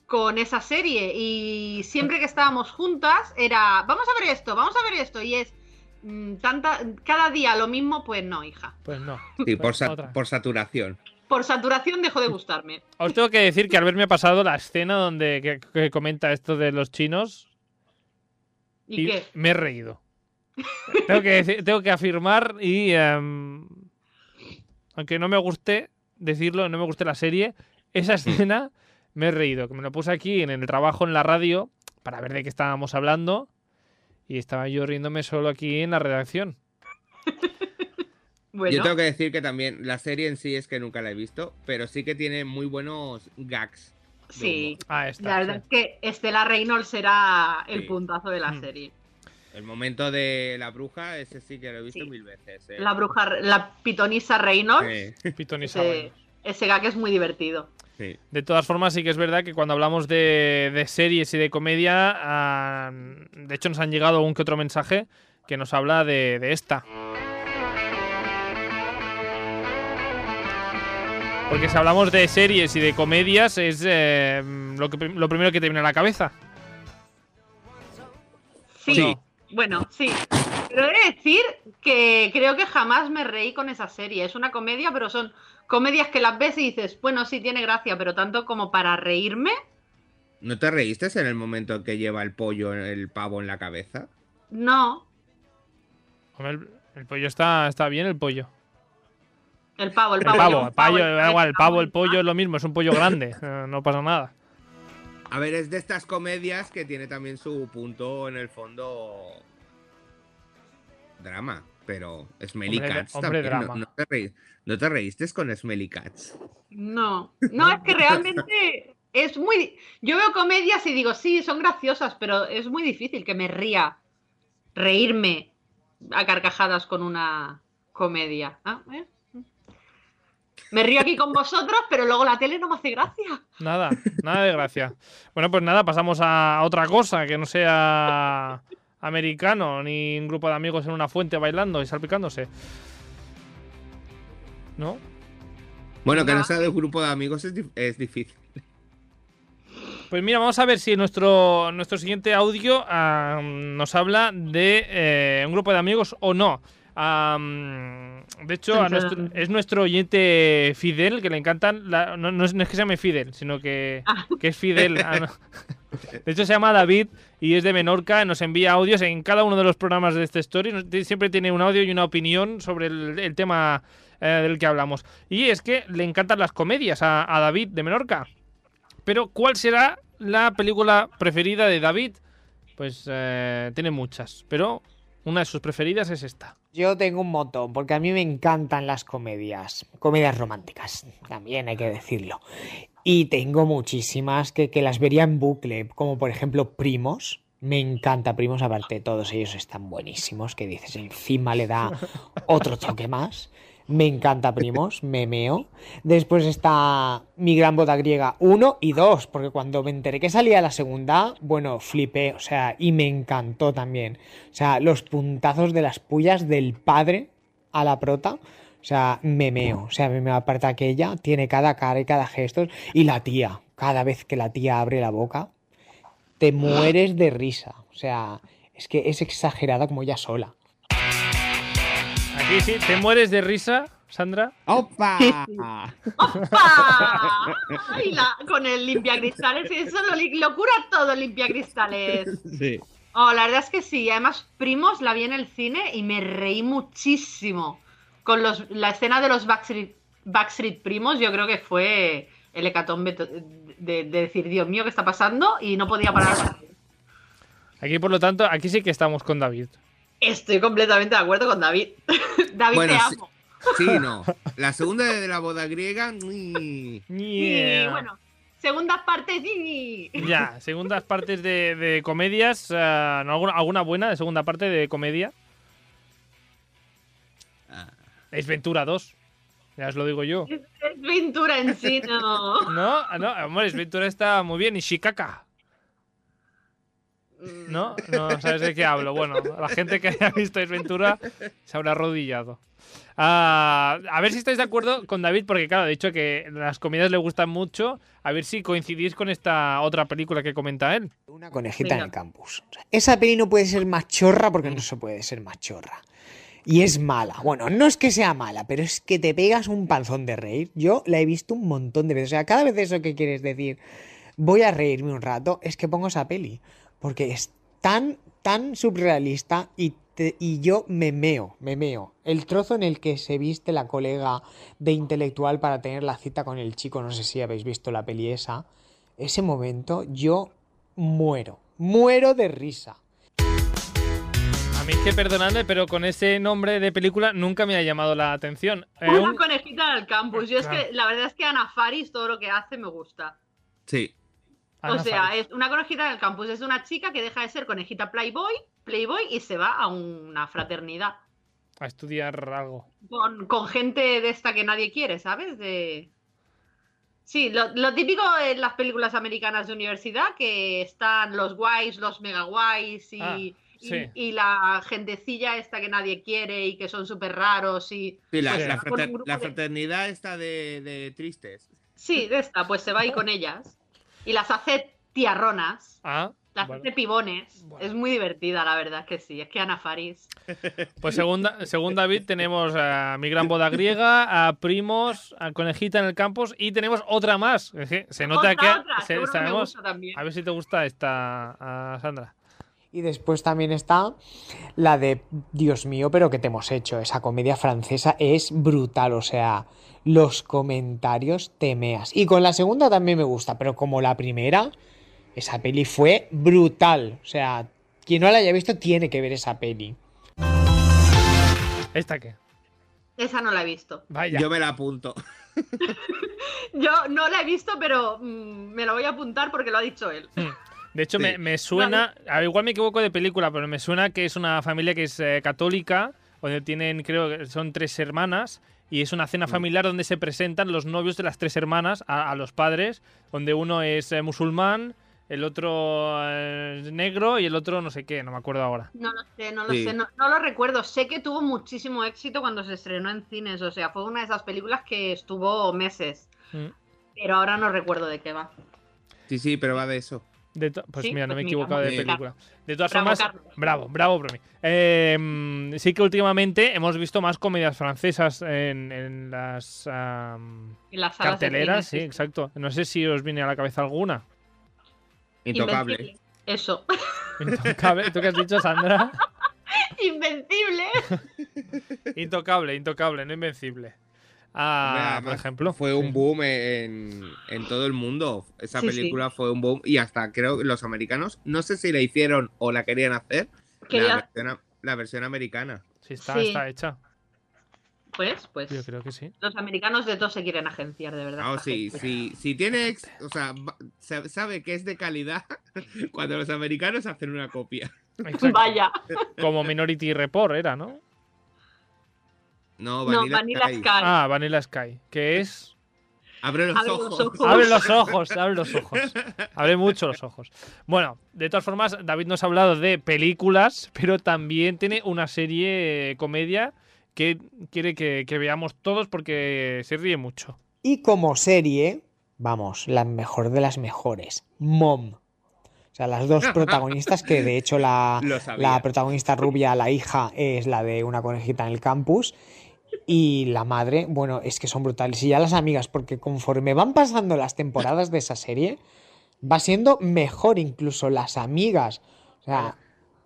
con esa serie y siempre que estábamos juntas era, vamos a ver esto, vamos a ver esto y es mm, tanta cada día lo mismo, pues no, hija. Pues no. Sí, por, sa- Otra. por saturación. Por saturación dejó de gustarme. Os tengo que decir que al verme ha pasado la escena donde que, que comenta esto de los chinos ¿Y, qué? me he reído. tengo, que decir- tengo que afirmar y em, aunque no me guste decirlo, no me guste la serie, esa escena me he reído. Que me lo puse aquí en el trabajo en la radio para ver de qué estábamos hablando y estaba yo riéndome solo aquí en la redacción. Bueno, Yo tengo que decir que también la serie en sí es que nunca la he visto, pero sí que tiene muy buenos gags. de sí. humor. Ah, está. La verdad es que Estela Reynolds será el Sí. puntazo de la Mm. serie. El momento de la bruja, ese sí que lo he visto Sí. mil veces. eh. La bruja, la pitonisa Reynolds, Eh, sí. Pitón y ese, Sabaño. ese gag es muy divertido. sí. De todas formas, sí que es verdad que cuando hablamos de, de series y de comedia, ah, de hecho nos han llegado algún que otro mensaje que nos habla de, de esta. Porque si hablamos de series y de comedias, es eh, lo, que, prim- lo primero que te viene a la cabeza. Sí. Sí. Bueno, sí. Pero he de decir que creo que jamás me reí con esa serie. Es una comedia, pero son comedias que las ves y dices, bueno, sí, tiene gracia, pero tanto como para reírme. ¿No te reíste en el momento en que lleva el pollo, el pavo en la cabeza? No, Hombre, el, el pollo está, está bien, el pollo. el pavo, el El pavo. pavo, el pollo, el da igual, el pavo, el pavo. pollo es lo mismo, es un pollo grande, eh, no pasa nada. A ver, es de estas comedias que tiene también su punto en el fondo drama, pero Smelly Hombre, Cats hombre, también. drama. No, no te reí- ¿no te reíste con Smelly Cats? No, no, es que realmente es muy... Yo veo comedias y digo, sí, son graciosas, pero es muy difícil que me ría, reírme a carcajadas con una comedia. Ah, ¿eh? Me río aquí con vosotros, pero luego la tele no me hace gracia. Nada, nada de gracia. Bueno, pues nada, pasamos a otra cosa que no sea americano, ni un grupo de amigos en una fuente bailando y salpicándose. ¿No? Bueno, que No. no sea de un grupo de amigos es, dif- es difícil. Pues mira, vamos a ver si nuestro, nuestro siguiente audio ah, nos habla de eh, un grupo de amigos o no. Ah, mm, de hecho, a nuestro- es nuestro oyente Fidel, que le encantan... la- no, no es, no es que se llame Fidel, sino que, Ah. que es Fidel. Ah, no. De hecho, se llama David y es de Menorca. Nos envía audios en cada uno de los programas de este Story. Nos- ti- Siempre tiene un audio y una opinión sobre el, el tema eh, del que hablamos. Y es que le encantan las comedias a- a David de Menorca. Pero, ¿cuál será la película preferida de David? Pues eh, tiene muchas, pero una de sus preferidas es esta. Yo tengo un montón, porque a mí me encantan las comedias, comedias románticas, también hay que decirlo. Y tengo muchísimas que, que las vería en bucle, como por ejemplo Primos. Me encanta Primos, aparte todos ellos están buenísimos, que dices, encima le da otro toque más. Me encanta Primos, me meo. Después está Mi Gran Boda Griega 1 y 2, porque cuando me enteré que salía la segunda, bueno, flipé, o sea, y me encantó también. O sea, los puntazos de las pullas del padre a la prota. O sea, memeo. O sea, memeo aparte aquella. Tiene cada cara y cada gesto. Y la tía. Cada vez que la tía abre la boca, te mueres de risa. O sea, es que es exagerada como ella sola. Aquí sí, te mueres de risa, Sandra. ¡Opa! ¡Opa! Ay, ¡Ah! la- con el limpiacristales, eso lo, li- lo cura todo el limpiacristales. Sí. Oh, la verdad es que sí. Además, Primos la vi en el cine y me reí muchísimo. Con los, la escena de los Backstreet, Backstreet Primos, yo creo que fue el hecatombe to- de, de decir, Dios mío, ¿qué está pasando? Y no podía parar. Aquí, por lo tanto, aquí sí que estamos con David. Estoy completamente de acuerdo con David. David, Bueno, te sí. amo. Sí, no. La segunda de la boda griega. mm, Y bueno, segundas partes. y- Ya, segundas partes de, de comedias. eh, ¿no? alguna, alguna buena de segunda parte de comedia. ah. Es Ventura 2. Ya os lo digo yo. Es pintura en sí, no. No, Ah, no, hombre, es Ventura está muy bien. Y Shikaka. Mm. ¿No? No sabes de qué hablo. Bueno, la gente que haya visto Esventura se habrá arrodillado. Ah, a ver si estáis de acuerdo con David, porque claro, de hecho que las comidas le gustan mucho. A ver si coincidís con esta otra película que comenta él. Una conejita en Venga. el campus. O sea, Esa peli no puede ser más chorra porque no se puede ser más chorra. Y es mala. Bueno, no es que sea mala, pero es que te pegas un panzón de reír. Yo la he visto un montón de veces. O sea, cada vez eso que quieres decir, voy a reírme un rato, es que pongo esa peli. Porque es tan, tan surrealista y, te- y yo me meo, me meo. El trozo en el que se viste la colega de intelectual para tener la cita con el chico, no sé si habéis visto la peli esa. Ese momento yo muero, muero de risa. A mí es que perdonadme, pero con ese nombre de película nunca me ha llamado la atención. Eh, Una un- conejita del campus. Yo es Claro. que la verdad es que Ana Faris todo lo que hace me gusta. Sí. Ana o sea, Faris. es una conejita del campus. Es una chica que deja de ser conejita Playboy, Playboy y se va a una fraternidad. a estudiar algo. Con, con gente de esta que nadie quiere, ¿sabes? De... Sí, lo, lo típico en las películas americanas de universidad, que están los guays, los mega guays y, Ah, y- sí. y la gentecilla esta que nadie quiere y que son súper raros y... Sí, la, Sí. la frater- Con un grupo la de- fraternidad está de, de tristes. Sí, de esta, pues se va ahí con ellas. Y las hace tiarronas, Ah, las vale. hace pibones. Bueno. Es muy divertida, la verdad, que sí. Es que Ana Faris. Pues según, Da- según David tenemos a Mi Gran Boda Griega, a Primos, a Conejita en el Campos y tenemos otra más. Es que se nota otra, que otra, se- seguro que me sabemos- gusta también. A ver si te gusta esta, ah, Sandra. Y después también está la de Dios mío, pero ¿qué te hemos hecho? Esa comedia francesa es brutal, o sea, los comentarios temeas. Y con la segunda también me gusta, pero como la primera, esa peli fue brutal. O sea, quien no la haya visto tiene que ver esa peli. ¿Esta qué? Esa no la he visto. Vaya. Yo me la apunto. Yo no la he visto, pero mm, me la voy a apuntar porque lo ha dicho él. De hecho, Sí. me, me suena, a- igual me equivoco de película, pero me suena que es una familia que es eh, católica, donde tienen, creo que son tres hermanas, y es una cena Mm. familiar donde se presentan los novios de las tres hermanas a, a los padres, donde uno es eh, musulmán, el otro eh, es negro y el otro no sé qué, no me acuerdo ahora. No lo sé, no lo Sí. sé, no, no lo recuerdo. Sé que tuvo muchísimo éxito cuando se estrenó en cines. O sea, fue una de esas películas que estuvo meses. Mm. Pero ahora no recuerdo de qué va. Sí, sí, pero va de eso. De to- pues Sí, mira, no pues me he mira, equivocado de sí. película. De todas Bravo, formas, Carlos. bravo, bravo, Bromi. Eh, mm, sí que últimamente hemos visto más comedias francesas en, en las am, En las salas de carteleras, sí, cine. exacto. No sé si os viene a la cabeza alguna. Intocable. Invencible. Eso. Intocable, ¿tú qué has dicho, Sandra? Invencible. Intocable, intocable, no invencible. Ah, Hombre, por además, ejemplo. Fue un Sí. boom en, en todo el mundo. Esa Sí, sí. película fue un boom y hasta creo que los americanos, no sé si la hicieron o la querían hacer, Quería- la, versión, a- la versión americana. Sí, está, Sí. está hecha. Pues, pues. Yo creo que sí. Los americanos de todo se quieren agenciar, de verdad. Ah, esta sí, gente. sí, si tiene, ex- o sea, va- sa- sabe que es de calidad cuando los americanos hacen una copia. Exacto. Vaya. Como Minority Report era, ¿no? No, No, Vanilla, Vanilla Sky. Sky. Ah, Vanilla Sky, que es... Abre los Abre los ojos. ojos. Abre los ojos, abre los ojos. Abre mucho los ojos. Bueno, de todas formas, David nos ha hablado de películas, pero también tiene una serie eh, comedia que quiere que, que veamos todos porque se ríe mucho. Y como serie, vamos, la mejor de las mejores, Mom. O sea, las dos protagonistas, que de hecho la, Lo la sabía. protagonista rubia, la hija, es la de una conejita en el campus. Y la madre, bueno, es que son brutales. Y ya las amigas, porque conforme van pasando las temporadas de esa serie, va siendo mejor incluso las amigas. O sea,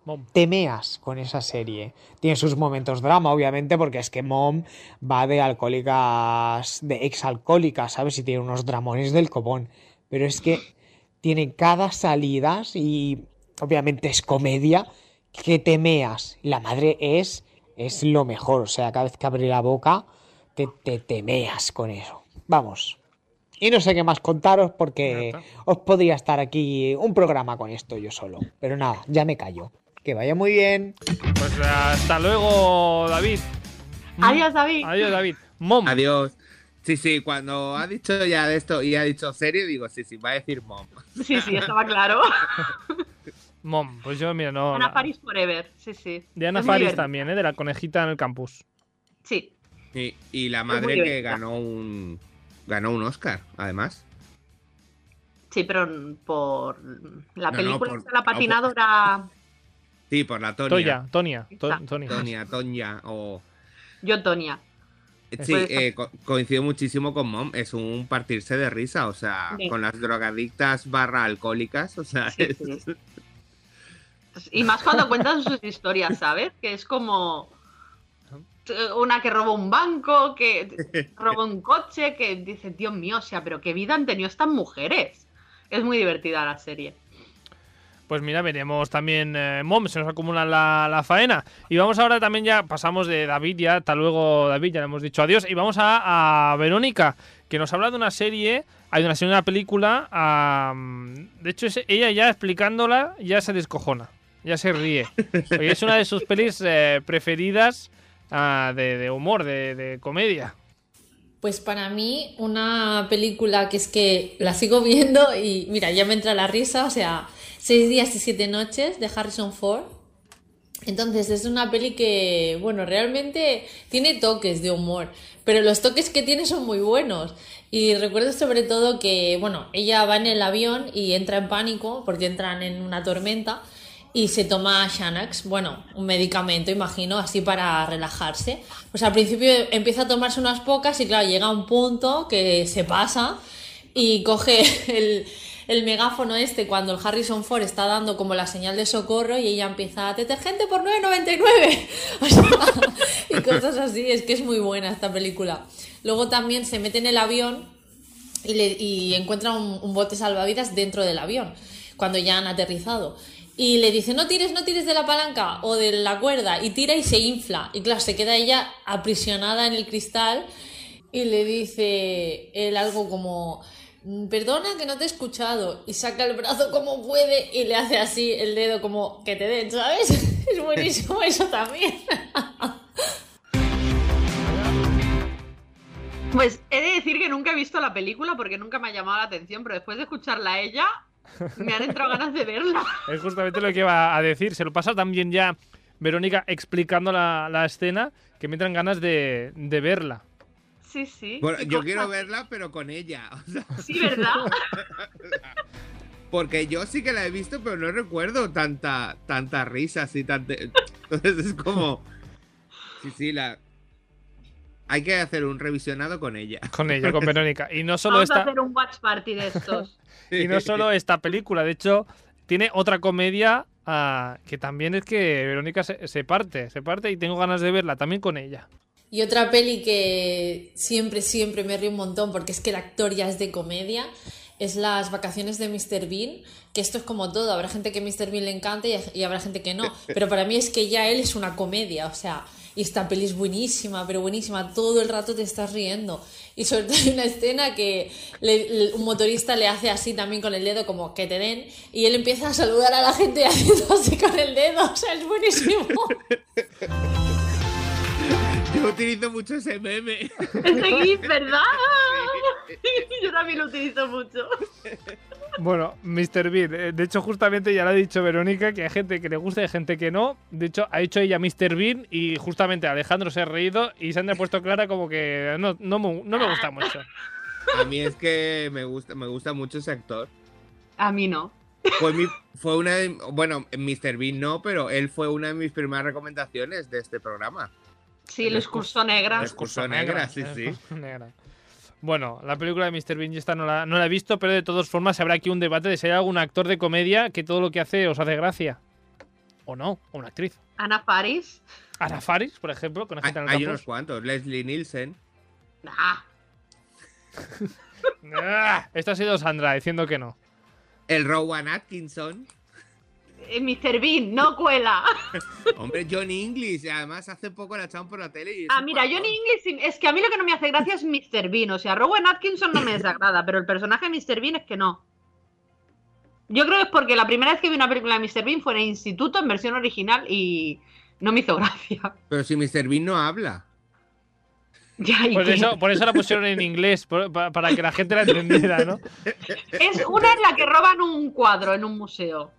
Mom. temeas con esa serie. Tiene sus momentos drama, obviamente, porque es que Mom va de alcohólicas, de exalcohólicas, ¿sabes? Y tiene unos dramones del copón. Pero es que tiene cada salidas y obviamente es comedia que temeas. La madre es, es lo mejor. O sea, cada vez que abre la boca te, te, te meas con eso. Vamos. Y no sé qué más contaros porque Ya os podría estar aquí un programa con esto yo solo. Pero nada, ya me callo. Que vaya muy bien. Pues hasta luego, David. Mm. Adiós, David. Adiós, David. Mom. Adiós. Sí, sí, cuando ha dicho ya de esto y ha dicho serio, digo, sí, sí, va a decir mom. Sí, sí, estaba claro. Mom. Pues yo, mira, no. Ana na- Faris Forever. Sí, sí. De Ana Es muy Faris divertido. también, ¿eh? De la conejita en el campus. Sí. Y, y la muy madre que divertida. ganó un ganó un Oscar, además. Sí, pero mm, por mm, la No, no, película por- esta, la no, por- patinadora. Sí, por la Tonia. Toya, Tonia. to- Está. Tonia. Tonia, Tonia, o... Yo, Tonia. Sí, Pues- eh, co- coincido muchísimo con Mom, es un partirse de risa, o sea, Sí. con las drogadictas barra alcohólicas, o sea, Sí, Ah, es- sí. Pues, Y más cuando cuentan sus historias, ¿sabes? Que es como eh, una que robó un banco, que robó un coche, que dice, Dios mío, o sea, pero qué vida han tenido estas mujeres. Es muy divertida la serie. Pues mira, veremos también eh, Mom, se nos acumula la, la faena. Y vamos ahora también ya, pasamos de David ya, hasta luego David, ya le hemos dicho adiós. Y vamos a, a Verónica, que nos habla de una serie, hay una serie, una película. am, de hecho, es- ella ya explicándola ya se descojona, ya se ríe. Porque es una de sus pelis eh, preferidas ah, de, de humor, de, de comedia. Pues para mí, una película que es que la sigo viendo y mira, ya me entra la risa, o sea, Seis días y siete noches de Harrison Ford. Entonces es una peli que, bueno, realmente tiene toques de humor, pero los toques que tiene son muy buenos. Y recuerdo sobre todo que, bueno, ella va en el avión y entra en pánico porque entran en una tormenta y se toma Xanax, bueno, un medicamento, imagino, así para relajarse. Pues al principio empieza a tomarse unas pocas y claro, llega a un punto que se pasa y coge el, el megáfono este cuando el Harrison Ford está dando como la señal de socorro y ella empieza detergente por 9.99 O sea, y cosas así, es que es muy buena esta película. Luego también se mete en el avión y, le- y encuentra un, un bote salvavidas dentro del avión, cuando ya han aterrizado. Y le dice, no tires, no tires de la palanca o de la cuerda. Y tira y se infla. Y claro, se queda ella aprisionada en el cristal y le dice él algo como, "Mm, perdona que no te he escuchado. Y saca el brazo como puede y le hace así el dedo como, que te den, ¿sabes? Es buenísimo eso también. Pues he de decir que nunca he visto la película porque nunca me ha llamado la atención, pero después de escucharla a ella, me han entrado ganas de verla. Es justamente lo que iba a decir. Se lo pasa también ya Verónica explicando la, la escena que me entran ganas de, de verla. Sí, sí. Bueno, Y yo cosas- quiero verla, pero con ella, o sea, Sí, ¿verdad? porque yo sí que la he visto, pero no recuerdo tanta, tanta risa, así, tanta... Entonces es como... Sí, sí, la... Hay que hacer un revisionado con ella. Con ella, con Verónica. Y no solo Vamos a esta, hacer un watch party de estos. y no solo esta película. De hecho, tiene otra comedia ah, que también es que Verónica se, se parte, se parte y tengo ganas de verla también con ella. Y otra peli que siempre, siempre me río un montón porque es que el actor ya es de comedia, es Las vacaciones de Mr. Bean, que esto es como todo, habrá gente que Mr. Bean le encante y, y habrá gente que no, pero para mí es que ya él es una comedia, o sea, y esta peli es buenísima, pero buenísima, todo el rato te estás riendo. Y sobre todo hay una escena que le- le- un motorista le hace así también con el dedo, como que te den, y él empieza a saludar a la gente haciendo así con el dedo, o sea, es buenísimo. Yo utilizo mucho ese meme. Ese gif, ¿verdad? Yo también lo utilizo mucho. Bueno, Mr. Bean. eh, De hecho, justamente ya lo ha dicho Verónica, que hay gente que le gusta y hay gente que no. De hecho, ha hecho ella Mr. Bean y justamente Alejandro se ha reído y Sandra ha puesto clara como que no, no, mu- no me gusta mucho. A mí es que me gusta, me gusta mucho ese actor. A mí no. Fue, mi, fue una de, bueno, Mr. Bean no, pero él fue una de mis primeras recomendaciones de este programa. Sí, El el excurso- excurso negra. el Curso negra, sí, sí. eh, Curso negra. Bueno, la película de Mr. Bean yo esta no la, no la he visto, pero de todas formas habrá aquí un debate de si hay algún actor de comedia que todo lo que hace os hace gracia. O no, o una actriz. Ana Faris. Ana Faris, por ejemplo, con Hay, Agita en el hay unos Campus. cuantos. Leslie Nielsen. Nah. ¡Ah! Esto ha sido Sandra diciendo que no. El Rowan Atkinson. Eh, Mr. Bean, no cuela. Hombre, Johnny English. Además, hace poco la echaron por la tele. Y Ah, mira, Johnny English es que a mí lo que no me hace gracia es Mr. Bean. O sea, Rowan Atkinson no me desagrada, pero el personaje de Mr. Bean es que no. Yo creo que es porque la primera vez que vi una película de Mr. Bean fue en el instituto en versión original y no me hizo gracia. Pero si Mr. Bean no habla. Ya, ¿y Por qué? Pues eso, por eso la pusieron en inglés, por- pa- para que la gente la entendiera, ¿no? Es una en la que roban un cuadro en un museo.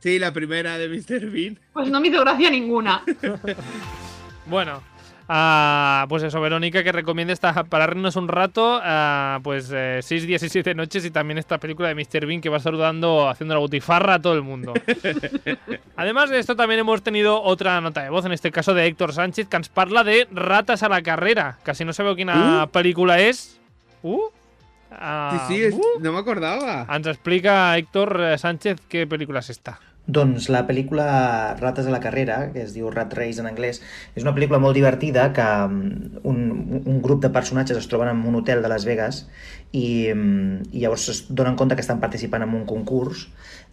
Sí, la primera de Mr. Bean. Pues no me hizo gracia ninguna. Bueno, ah, pues eso, Verónica, que recomienda esta, para reírnos un rato, ah, pues eh, seis días y siete noches y también esta película de Mr. Bean que va saludando, haciendo la butifarra a todo el mundo. Además de esto, también hemos tenido otra nota de voz, en este caso de Héctor Sánchez, que nos parla de Ratas a la Carrera. Casi no sabeu quina película és. Uh? Sí, Ah, sí, es- uh? no me acordaba. Ens explica Héctor eh, Sánchez qué película es esta. Doncs la pel·lícula Rates a la carrera, que es diu Rat Race en anglès, és una pel·lícula molt divertida que mm, un, un grup de personatges es troben en un hotel de Las Vegas i, mm, i llavors es donen compte que estan participant en un concurs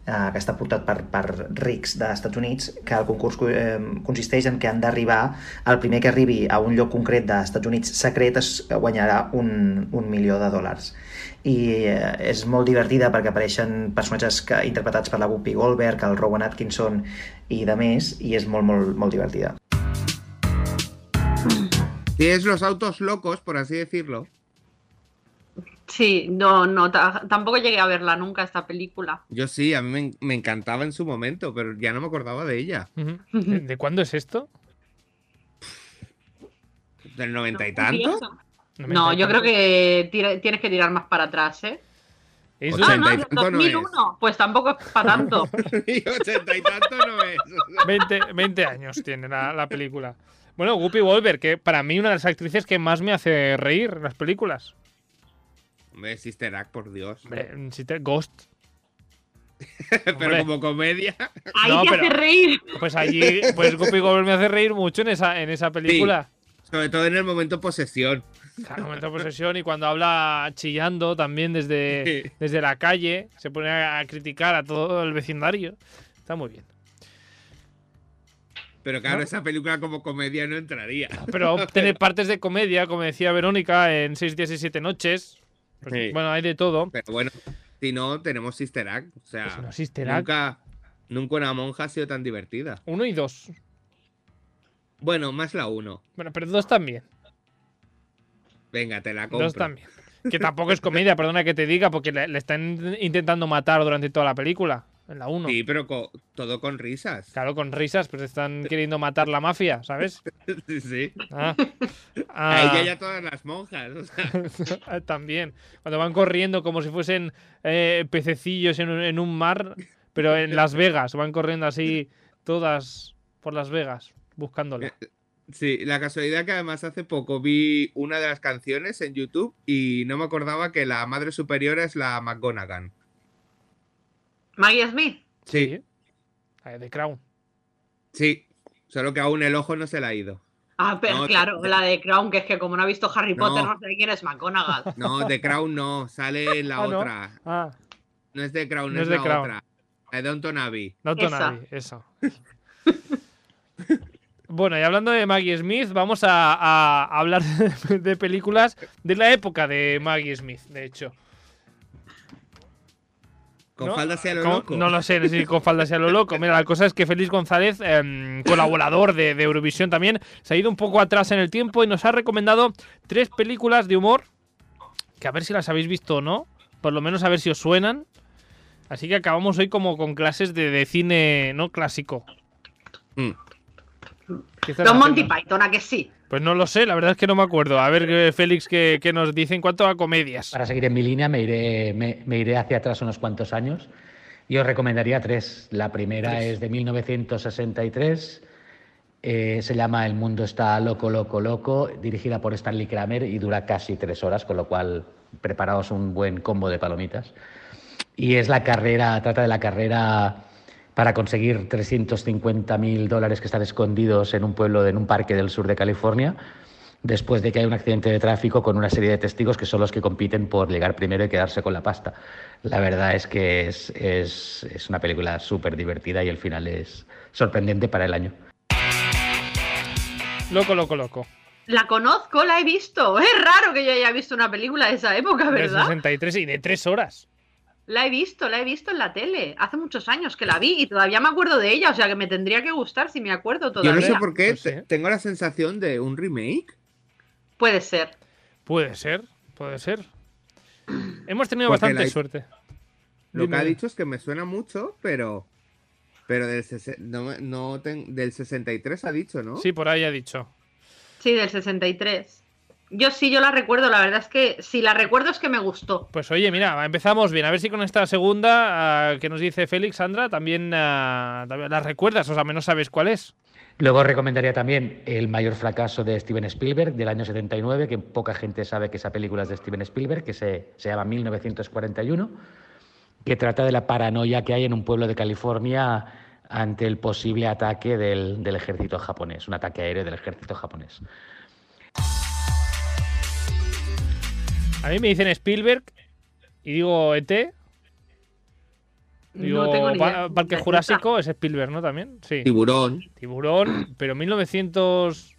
eh, que està portat per, per rics dels Estats Units, que el concurs eh, consisteix en que han d'arribar, el primer que arribi a un lloc concret dels Estats Units secret es guanyarà un, un milió de dòlars i eh, és molt divertida perquè apareixen personatges que, interpretats per la Whoopi Goldberg, el Rowan Atkinson i de més, i és molt, molt, molt divertida. Tienes los autos locos, por así decirlo. Sí, no, no, ta- tampoco llegué a verla nunca esta película. Yo sí, a mí me, en- me encantaba en su momento, pero ya no me acordaba de ella. Ujú. ¿De, de cuándo es esto? ¿Del noventa y No, tanto? confieso. No, yo creo que tira- tienes que tirar más para atrás, ¿eh? Es Ah, no, Ochenta y del tanto no es. 2001. Pues tampoco es para tanto. Y ochenta y tanto no es. 20, 20 años tiene la, la película. Bueno, Whoopi Wolver, que para mí una de las actrices que más me hace reír en las películas. Hombre, Sister Act, por Dios. Hombre, si te- Ghost. Pero hombre. como comedia. Ahí No, te pero- hace reír. Pues allí, pues Whoopi Wolver me hace reír mucho en esa, en esa película. Sobre todo en el momento posesión. Claro, momento de posesión y cuando habla chillando también desde, Sí. desde la calle, se pone a criticar a todo el vecindario. Está muy bien. Pero claro, ¿No? esa película como comedia no entraría. Pero tener partes de comedia, como decía Verónica, en 6 días y 7 noches. Pues, Sí. Bueno, hay de todo. Pero bueno, si no, tenemos Sister Act. O sea, Pues no existe la- nunca, nunca una monja ha sido tan divertida. Uno y dos. Bueno, más la uno. Bueno, pero dos también. Venga, te la compro. Dos también. Que tampoco es comedia, perdona que te diga, porque le, le están intentando matar durante toda la película. En la 1. Sí, pero co- todo con risas. Claro, con risas, pero están queriendo matar la mafia, ¿sabes? Sí, sí. Ah. A Ah, ella ya todas las monjas. o sea. ah, También. Cuando van corriendo como si fuesen eh, pececillos en un, en un mar, pero en Las Vegas. Van corriendo así todas por Las Vegas, buscándola. Sí, la casualidad que además hace poco vi una de las canciones en YouTube y no me acordaba que la madre superiora es la McGonagall. Maggie Smith. Sí, ¿eh? La de Crown. sí. Solo que aún el ojo no se le ha ido. Ah, pero No, claro, te- la de Crown, que es que como no ha visto Harry No. Potter, no sé quién es McGonagall. No, de Crown no, sale en la Ah, ¿no? otra. No. Ah, es de Crown, No es es de la Crown. otra. La de Downton Abbey. No Esa. Tonali, esa. Bueno, y hablando de Maggie Smith, vamos a, a hablar de, de películas de la época de Maggie Smith, de hecho. Con ¿No? falda sea lo Con- loco. No lo sé, no sé si con falda sea lo loco. Mira, la cosa es que Félix González, em, colaborador de, de Eurovisión también, se ha ido un poco atrás en el tiempo y nos ha recomendado tres películas de humor que a ver si las habéis visto o no, por lo menos a ver si os suenan. Así que acabamos hoy como con clases de, de cine no clásico. Mm. ¿Qué estás Los Monty haciendo? Python, ¿a que sí? Pues no lo sé, la verdad es que no me acuerdo. A ver, eh, Félix, ¿qué, qué nos dice en cuanto a comedias? Para seguir en mi línea me iré, me, me iré hacia atrás unos cuantos años y os recomendaría tres. La primera es de 1963, eh, se llama El mundo está loco, loco, loco, dirigida por Stanley Kramer y dura casi tres horas, con lo cual preparaos un buen combo de palomitas. Y es la carrera, trata de la carrera para conseguir 350.000 dólares que están escondidos en un pueblo, en un parque del sur de California después de que hay un accidente de tráfico con una serie de testigos que son los que compiten por llegar primero y quedarse con la pasta. La verdad es que es, es, es una película súper divertida y el final es sorprendente para el año. Loco, loco, loco. La conozco, la he visto. Es raro que yo haya visto una película de esa época, De ¿verdad? 63 y de 3 horas. La he visto, la he visto en la tele. Hace muchos años que la vi y todavía me acuerdo de ella. O sea que me tendría que gustar si me acuerdo Yo todavía. no sé por qué, Pues sí. te- tengo la sensación de un remake. Puede ser. Puede ser, puede ser. Hemos tenido Porque bastante la- suerte. Lo que Dime. ha dicho es que me suena mucho, pero. Pero del, sese- no, me- no ten- del 63 ha dicho, ¿no? Sí, por ahí ha dicho. Sí, del 63. Yo sí, yo la recuerdo. La verdad es que si la recuerdo es que me gustó. Pues oye, mira, empezamos bien. A ver si con esta segunda ah, que nos dice Félix, Sandra, también, ah, también la recuerdas, o sea, menos sabes cuál es. Luego recomendaría también El mayor fracaso de Steven Spielberg del año 79, que poca gente sabe que esa película es de Steven Spielberg, que se, se llama 1941, que trata de la paranoia que hay en un pueblo de California ante el posible ataque del, del ejército japonés, un ataque aéreo del ejército japonés. A mí me dicen Spielberg y digo ET. Digo, no tengo ni Pa- idea. Parque Jurásico es Spielberg, ¿no? También. Sí. Tiburón. Tiburón, pero 1900.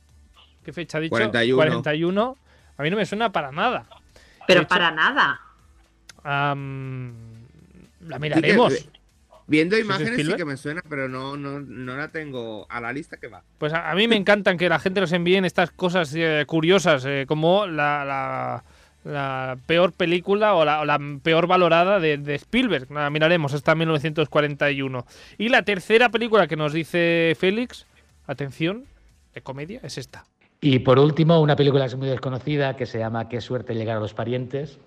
¿Qué fecha ha dicho? 41. 41. A mí no me suena para nada. Pero De hecho- para nada. Am, la Sí que- miraremos. Viendo es imágenes sí Spielberg? que me suena, pero no, no, no la tengo a la lista que va. Pues a, a mí me encantan que la gente nos envíe estas cosas eh, curiosas, eh, como la, la- la peor película o la, o la peor valorada de, de Spielberg. La miraremos, está en 1941. Y la tercera película que nos dice Félix, atención, de comedia, es esta. Y por último, una película que es muy desconocida que se llama Qué suerte llegar a los parientes,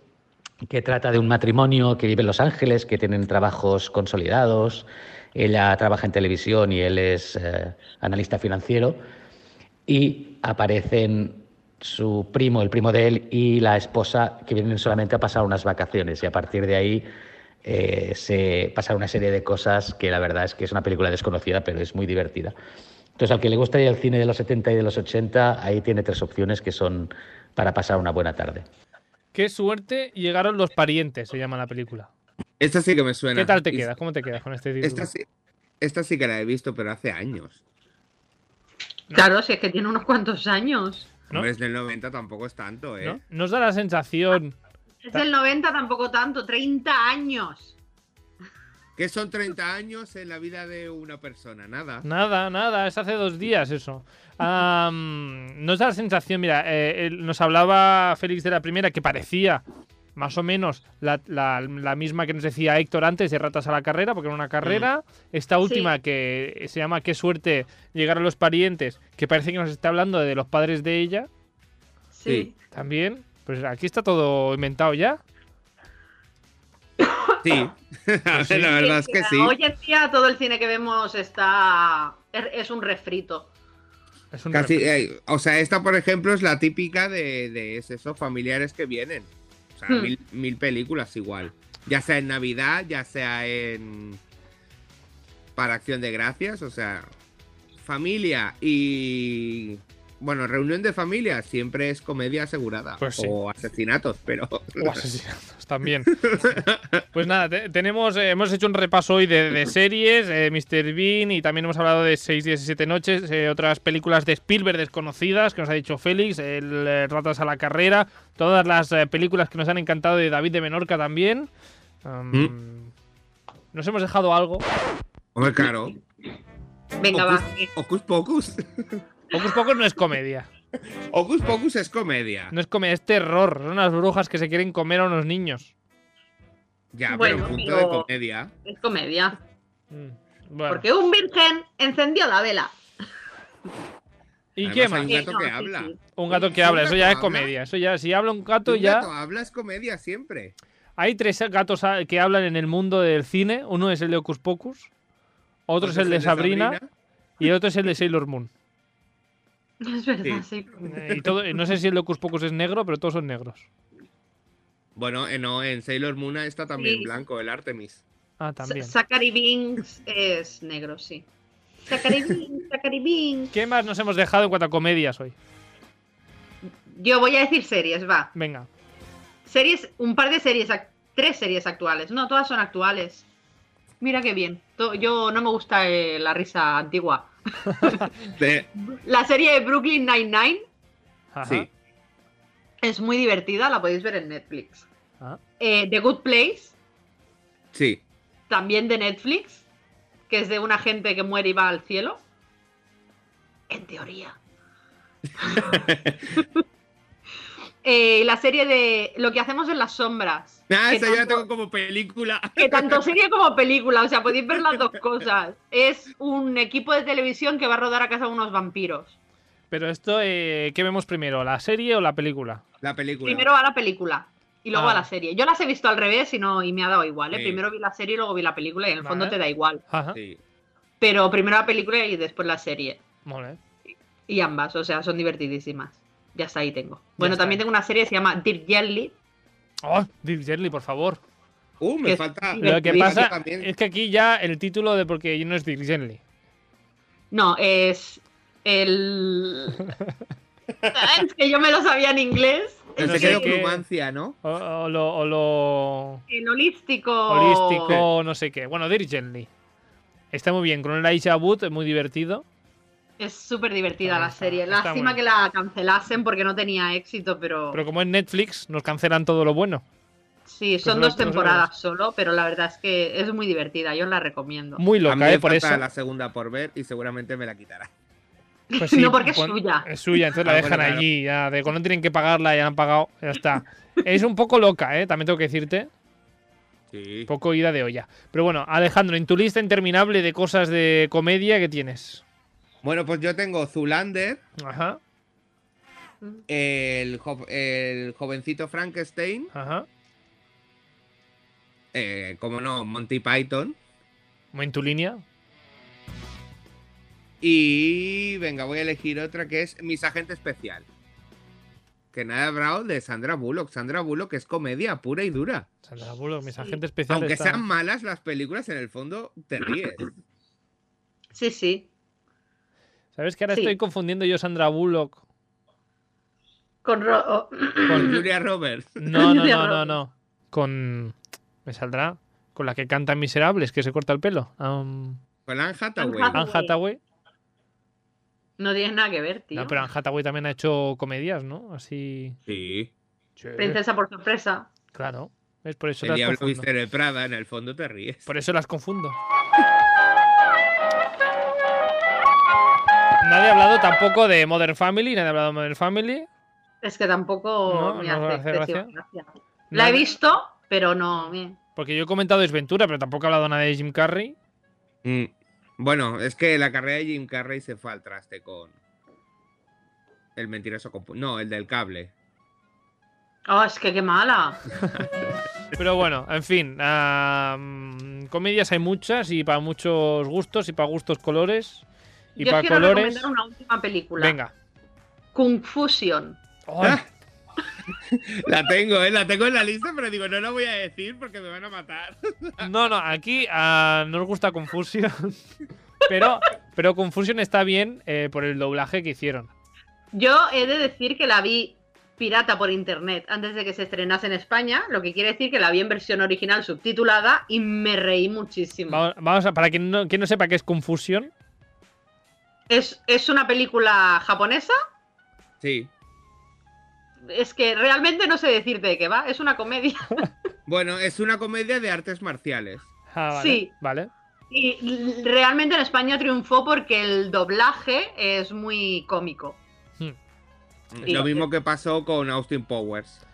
que trata de un matrimonio que vive en Los Ángeles, que tienen trabajos consolidados. Ella trabaja en televisión y él es eh, analista financiero. Y aparecen su primo, el primo de él, y la esposa, que vienen solamente a pasar unas vacaciones. Y a partir de ahí eh, se pasan una serie de cosas que la verdad es que es una película desconocida, pero es muy divertida. Entonces, al que le gusta ir al cine de los 70 y de los 80, ahí tiene tres opciones que son para pasar una buena tarde. Qué suerte llegaron los parientes, se llama la película. Esta sí que me suena. ¿Qué tal te Y- quedas? ¿Cómo te quedas con este título? Esta sí, esta sí que la he visto, pero hace años. Claro, si es que tiene unos cuantos años. ¿No? Hombre, es del 90 tampoco es tanto, ¿eh? ¿No? Nos da la sensación. Es del 90 tampoco tanto, 30 años. Que son 30 años en la vida de una persona, nada. Nada, nada, es hace dos días eso. Am, nos da la sensación, mira, eh, él- nos hablaba Félix de la primera que parecía más o menos la, la- la misma que nos decía Héctor antes de Ratas a la Carrera, porque era una carrera. Esta última que se llama Qué suerte llegar a los parientes, que parece que nos está hablando de los padres de ella Sí. también. Pues aquí está todo inventado ya. Sí. A ver, la verdad es que sí. Hoy en día todo el cine que vemos está es es un refrito. Es un Casi, refri- eh, o sea, esta, por ejemplo, es la típica de, de es eso, familiares que vienen. O sea, Hmm. mil, mil películas igual. Ya sea en Navidad, ya sea en. Para Acción de Gracias, o sea. Familia y. Bueno, reunión de familia siempre es comedia asegurada. Pues sí. O asesinatos, pero. O asesinatos también. Pues nada, te- tenemos, eh, hemos hecho un repaso hoy de, de series, eh, Mr. Bean, y también hemos hablado de 6, 17 noches, eh, otras películas de Spielberg desconocidas que nos ha dicho Félix, el eh, Ratas a la carrera, todas las eh, películas que nos han encantado de David de Menorca también. Um, Mm. Nos hemos dejado algo. Hombre, claro. Venga, va. Hocus- Hocus Pocus. Pocos Pocos no es comedia. Hocus Pocus es comedia. No es comedia, es terror. Son unas brujas que se quieren comer a unos niños. Ya, Bueno, pero en punto pero- de comedia. Es comedia. Mm, Bueno. Porque un virgen encendió la vela. ¿Y qué más? Además, hay Un gato Eh, que sí, habla. sí. Un gato que ¿Un habla, gato eso ya es habla? comedia. Eso ya, si habla un gato Un ya. gato habla es comedia siempre. Hay tres gatos a- que hablan en el mundo del cine. Uno es el de Ocus Pocus, otro es el de Sabrina, y el otro es el de Sailor Moon. Es verdad, sí. Eh, Y todo, no sé si el de Ocus Pocus es negro, pero todos son negros. Bueno, eh, no, en Sailor Moon está también Sí. blanco, el Artemis. Ah, también. Sa- Zachary Binks es negro, sí. Zachary Binks, Zachary Binks. ¿Qué más nos hemos dejado en cuanto a comedias hoy? Yo voy a decir series, va. Venga. Series, un par de series, ac- tres series actuales. No, todas son actuales. Mira qué bien. To- Yo no me gusta eh, la risa antigua. De- La serie de Brooklyn Nine-Nine Ajá. sí. es muy divertida, la podéis ver en Netflix. Ah. Eh, The Good Place, Sí. también de Netflix, que es de una gente que muere y va al cielo. En teoría. Eh, la serie de Lo que hacemos en las sombras. Ah, que esa yo la tanto- tengo como película. que tanto serie como película, o sea, podéis ver las dos cosas. Es un equipo de televisión que va a rodar a casa de unos vampiros. Pero esto, eh, ¿qué vemos primero? ¿La serie o la película? La película. Primero a la película y luego Ah. a la serie. Yo las he visto al revés y no y me ha dado igual, ¿eh? Sí. Primero vi la serie y luego vi la película y en el fondo Vale. te da igual. Ajá. Sí. Pero primero la película y después la serie. Molt bé. Y ambas, o sea, son divertidísimas. Ya está, ahí tengo. Bueno, está. también tengo una serie que se llama Dirk Gently. Oh, Dirk Gently, por favor. Uh, me Que- falta. Lo Lo Dirk que Gently pasa también. es que aquí ya el título de porque no es Dirk Gently. No, es el... es que yo me lo sabía en inglés. El No sé pequeño qué- Clumancia, ¿no? O, o lo, o lo El holístico. Oh, holístico, no sé qué. Bueno, Dirk Gently. Está muy bien, con el Aisha Wood, es muy divertido. Es súper divertida Está la bien, está serie. bien, está Lástima muy que la cancelasen porque no tenía éxito, pero, Pero como es Netflix, nos cancelan todo lo bueno. sí, son no- dos no temporadas solo, pero la verdad es que es muy divertida, yo la recomiendo. Muy A mí loca, me ¿eh? Por falta eso. la segunda por ver y seguramente me la quitará. Pues sí, no, porque es pon- suya. Es suya, entonces la Ah, dejan bueno, claro. allí, ya, de cuando no tienen que pagarla, ya la han pagado, ya está. Es un poco loca, ¿eh? También tengo que decirte, Sí. poco ida de olla. Pero bueno, Alejandro, en tu lista interminable de cosas de comedia que tienes. Bueno, pues yo tengo Zulander, Ajá, el, jo- el jovencito Frankenstein, ajá. eh, como no, Monty Python. Muy en tu línea. Y venga, voy a elegir otra que es Mis Agente Especial. Que nada hablado de Sandra Bullock. Sandra Bullock es comedia pura y dura. Sandra Bullock, mis Sí. agentes especiales. Aunque están- sean malas las películas, en el fondo te ríes. Sí, sí. ¿Sabes que ahora Sí. estoy confundiendo yo Sandra Bullock? Con Ro- oh, Con Julia Roberts. No, no, Julia no, no, Roberts. no. Con. Me saldrá. Con la que canta en Miserables, que se corta el pelo. Um, Con Anne Hathaway. Anne Anne Hathaway. no tienes nada que ver, tío. No, pero Anne Hathaway también ha hecho comedias, ¿no? Así. Sí. Sí. Princesa por sorpresa. Claro. ¿Ves? Por eso El las Diablo confundo. Mister de Prada, en el fondo te ríes. Por eso las confundo. Nadie ha hablado tampoco de Modern Family, nadie ha hablado de Modern Family. Es que tampoco No, me no hace hace especial gracia. La he Nadie- visto, pero no. bien. Porque yo he comentado Desventura, pero tampoco he hablado nada de Jim Carrey. Mm. Bueno, es que la carrera de Jim Carrey se fue al traste con el mentiroso compu- No, el del cable. Oh, es que qué mala. Pero bueno, en fin, am, comedias hay muchas y para muchos gustos y para gustos colores y Yo os para quiero colores. recomendar una última película. Venga. Kung Fusion. Ay, La tengo, ¿eh? La tengo en la lista, pero digo, no la voy a decir porque me van a matar. No, no, aquí ah, nos gusta Confusion. Pero, pero Confusion está bien eh, por el doblaje que hicieron. Yo he de decir que la vi pirata por internet antes de que se estrenase en España, lo que quiere decir que la vi en versión original subtitulada y me reí muchísimo. Vamos, vamos a, para quien no, quien no sepa qué es Confusion, Es, es una película japonesa, Sí. es que realmente no sé decirte de qué va, es una comedia. Bueno, es una comedia de artes marciales. Ah, vale, Sí. Vale. Y l- realmente en España triunfó porque el doblaje es muy cómico. Sí. Lo mismo que pasó con Austin Powers.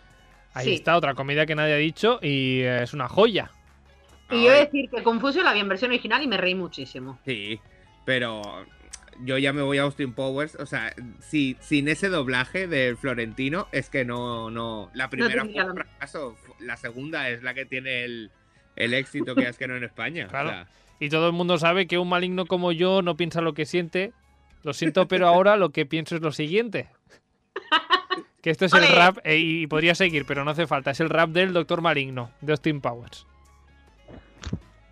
Ahí Sí. está, otra comedia que nadie ha dicho y eh, es una joya. Y yo he de Ay, decir que Confusion la vi en versión original y me reí muchísimo. Sí, pero yo ya me voy a Austin Powers. O sea, si, sin ese doblaje del Florentino, es que no, no. La primera tendría fue un la- fracaso, fu- la segunda es la que tiene el, el éxito que es que no en España. o Claro. sea, Y todo el mundo sabe que un maligno como yo no piensa lo que siente. Lo siento, pero ahora lo que pienso es lo siguiente. Que esto es el Ole. rap, eh, y podría seguir, pero no hace falta. Es el rap del Doctor Maligno, de Austin Powers.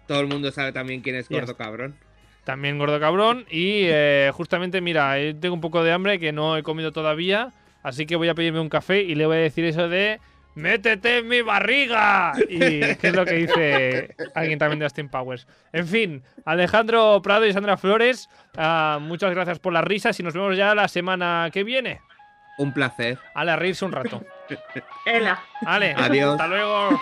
todo el mundo sabe también quién es Ya Gordo Cabrón. También gordo cabrón. Y eh, justamente, mira, eh, tengo un poco de hambre que no he comido todavía. Así que voy a pedirme un café y le voy a decir eso de ¡Métete en mi barriga! Y que es lo que dice alguien también de Austin Powers. En fin, Alejandro Prado y Sandra Flores, ah, muchas gracias por las risas y nos vemos ya la semana que viene. Un placer. Ale, a reírse un rato. Ela. Ale, Adiós. hasta luego.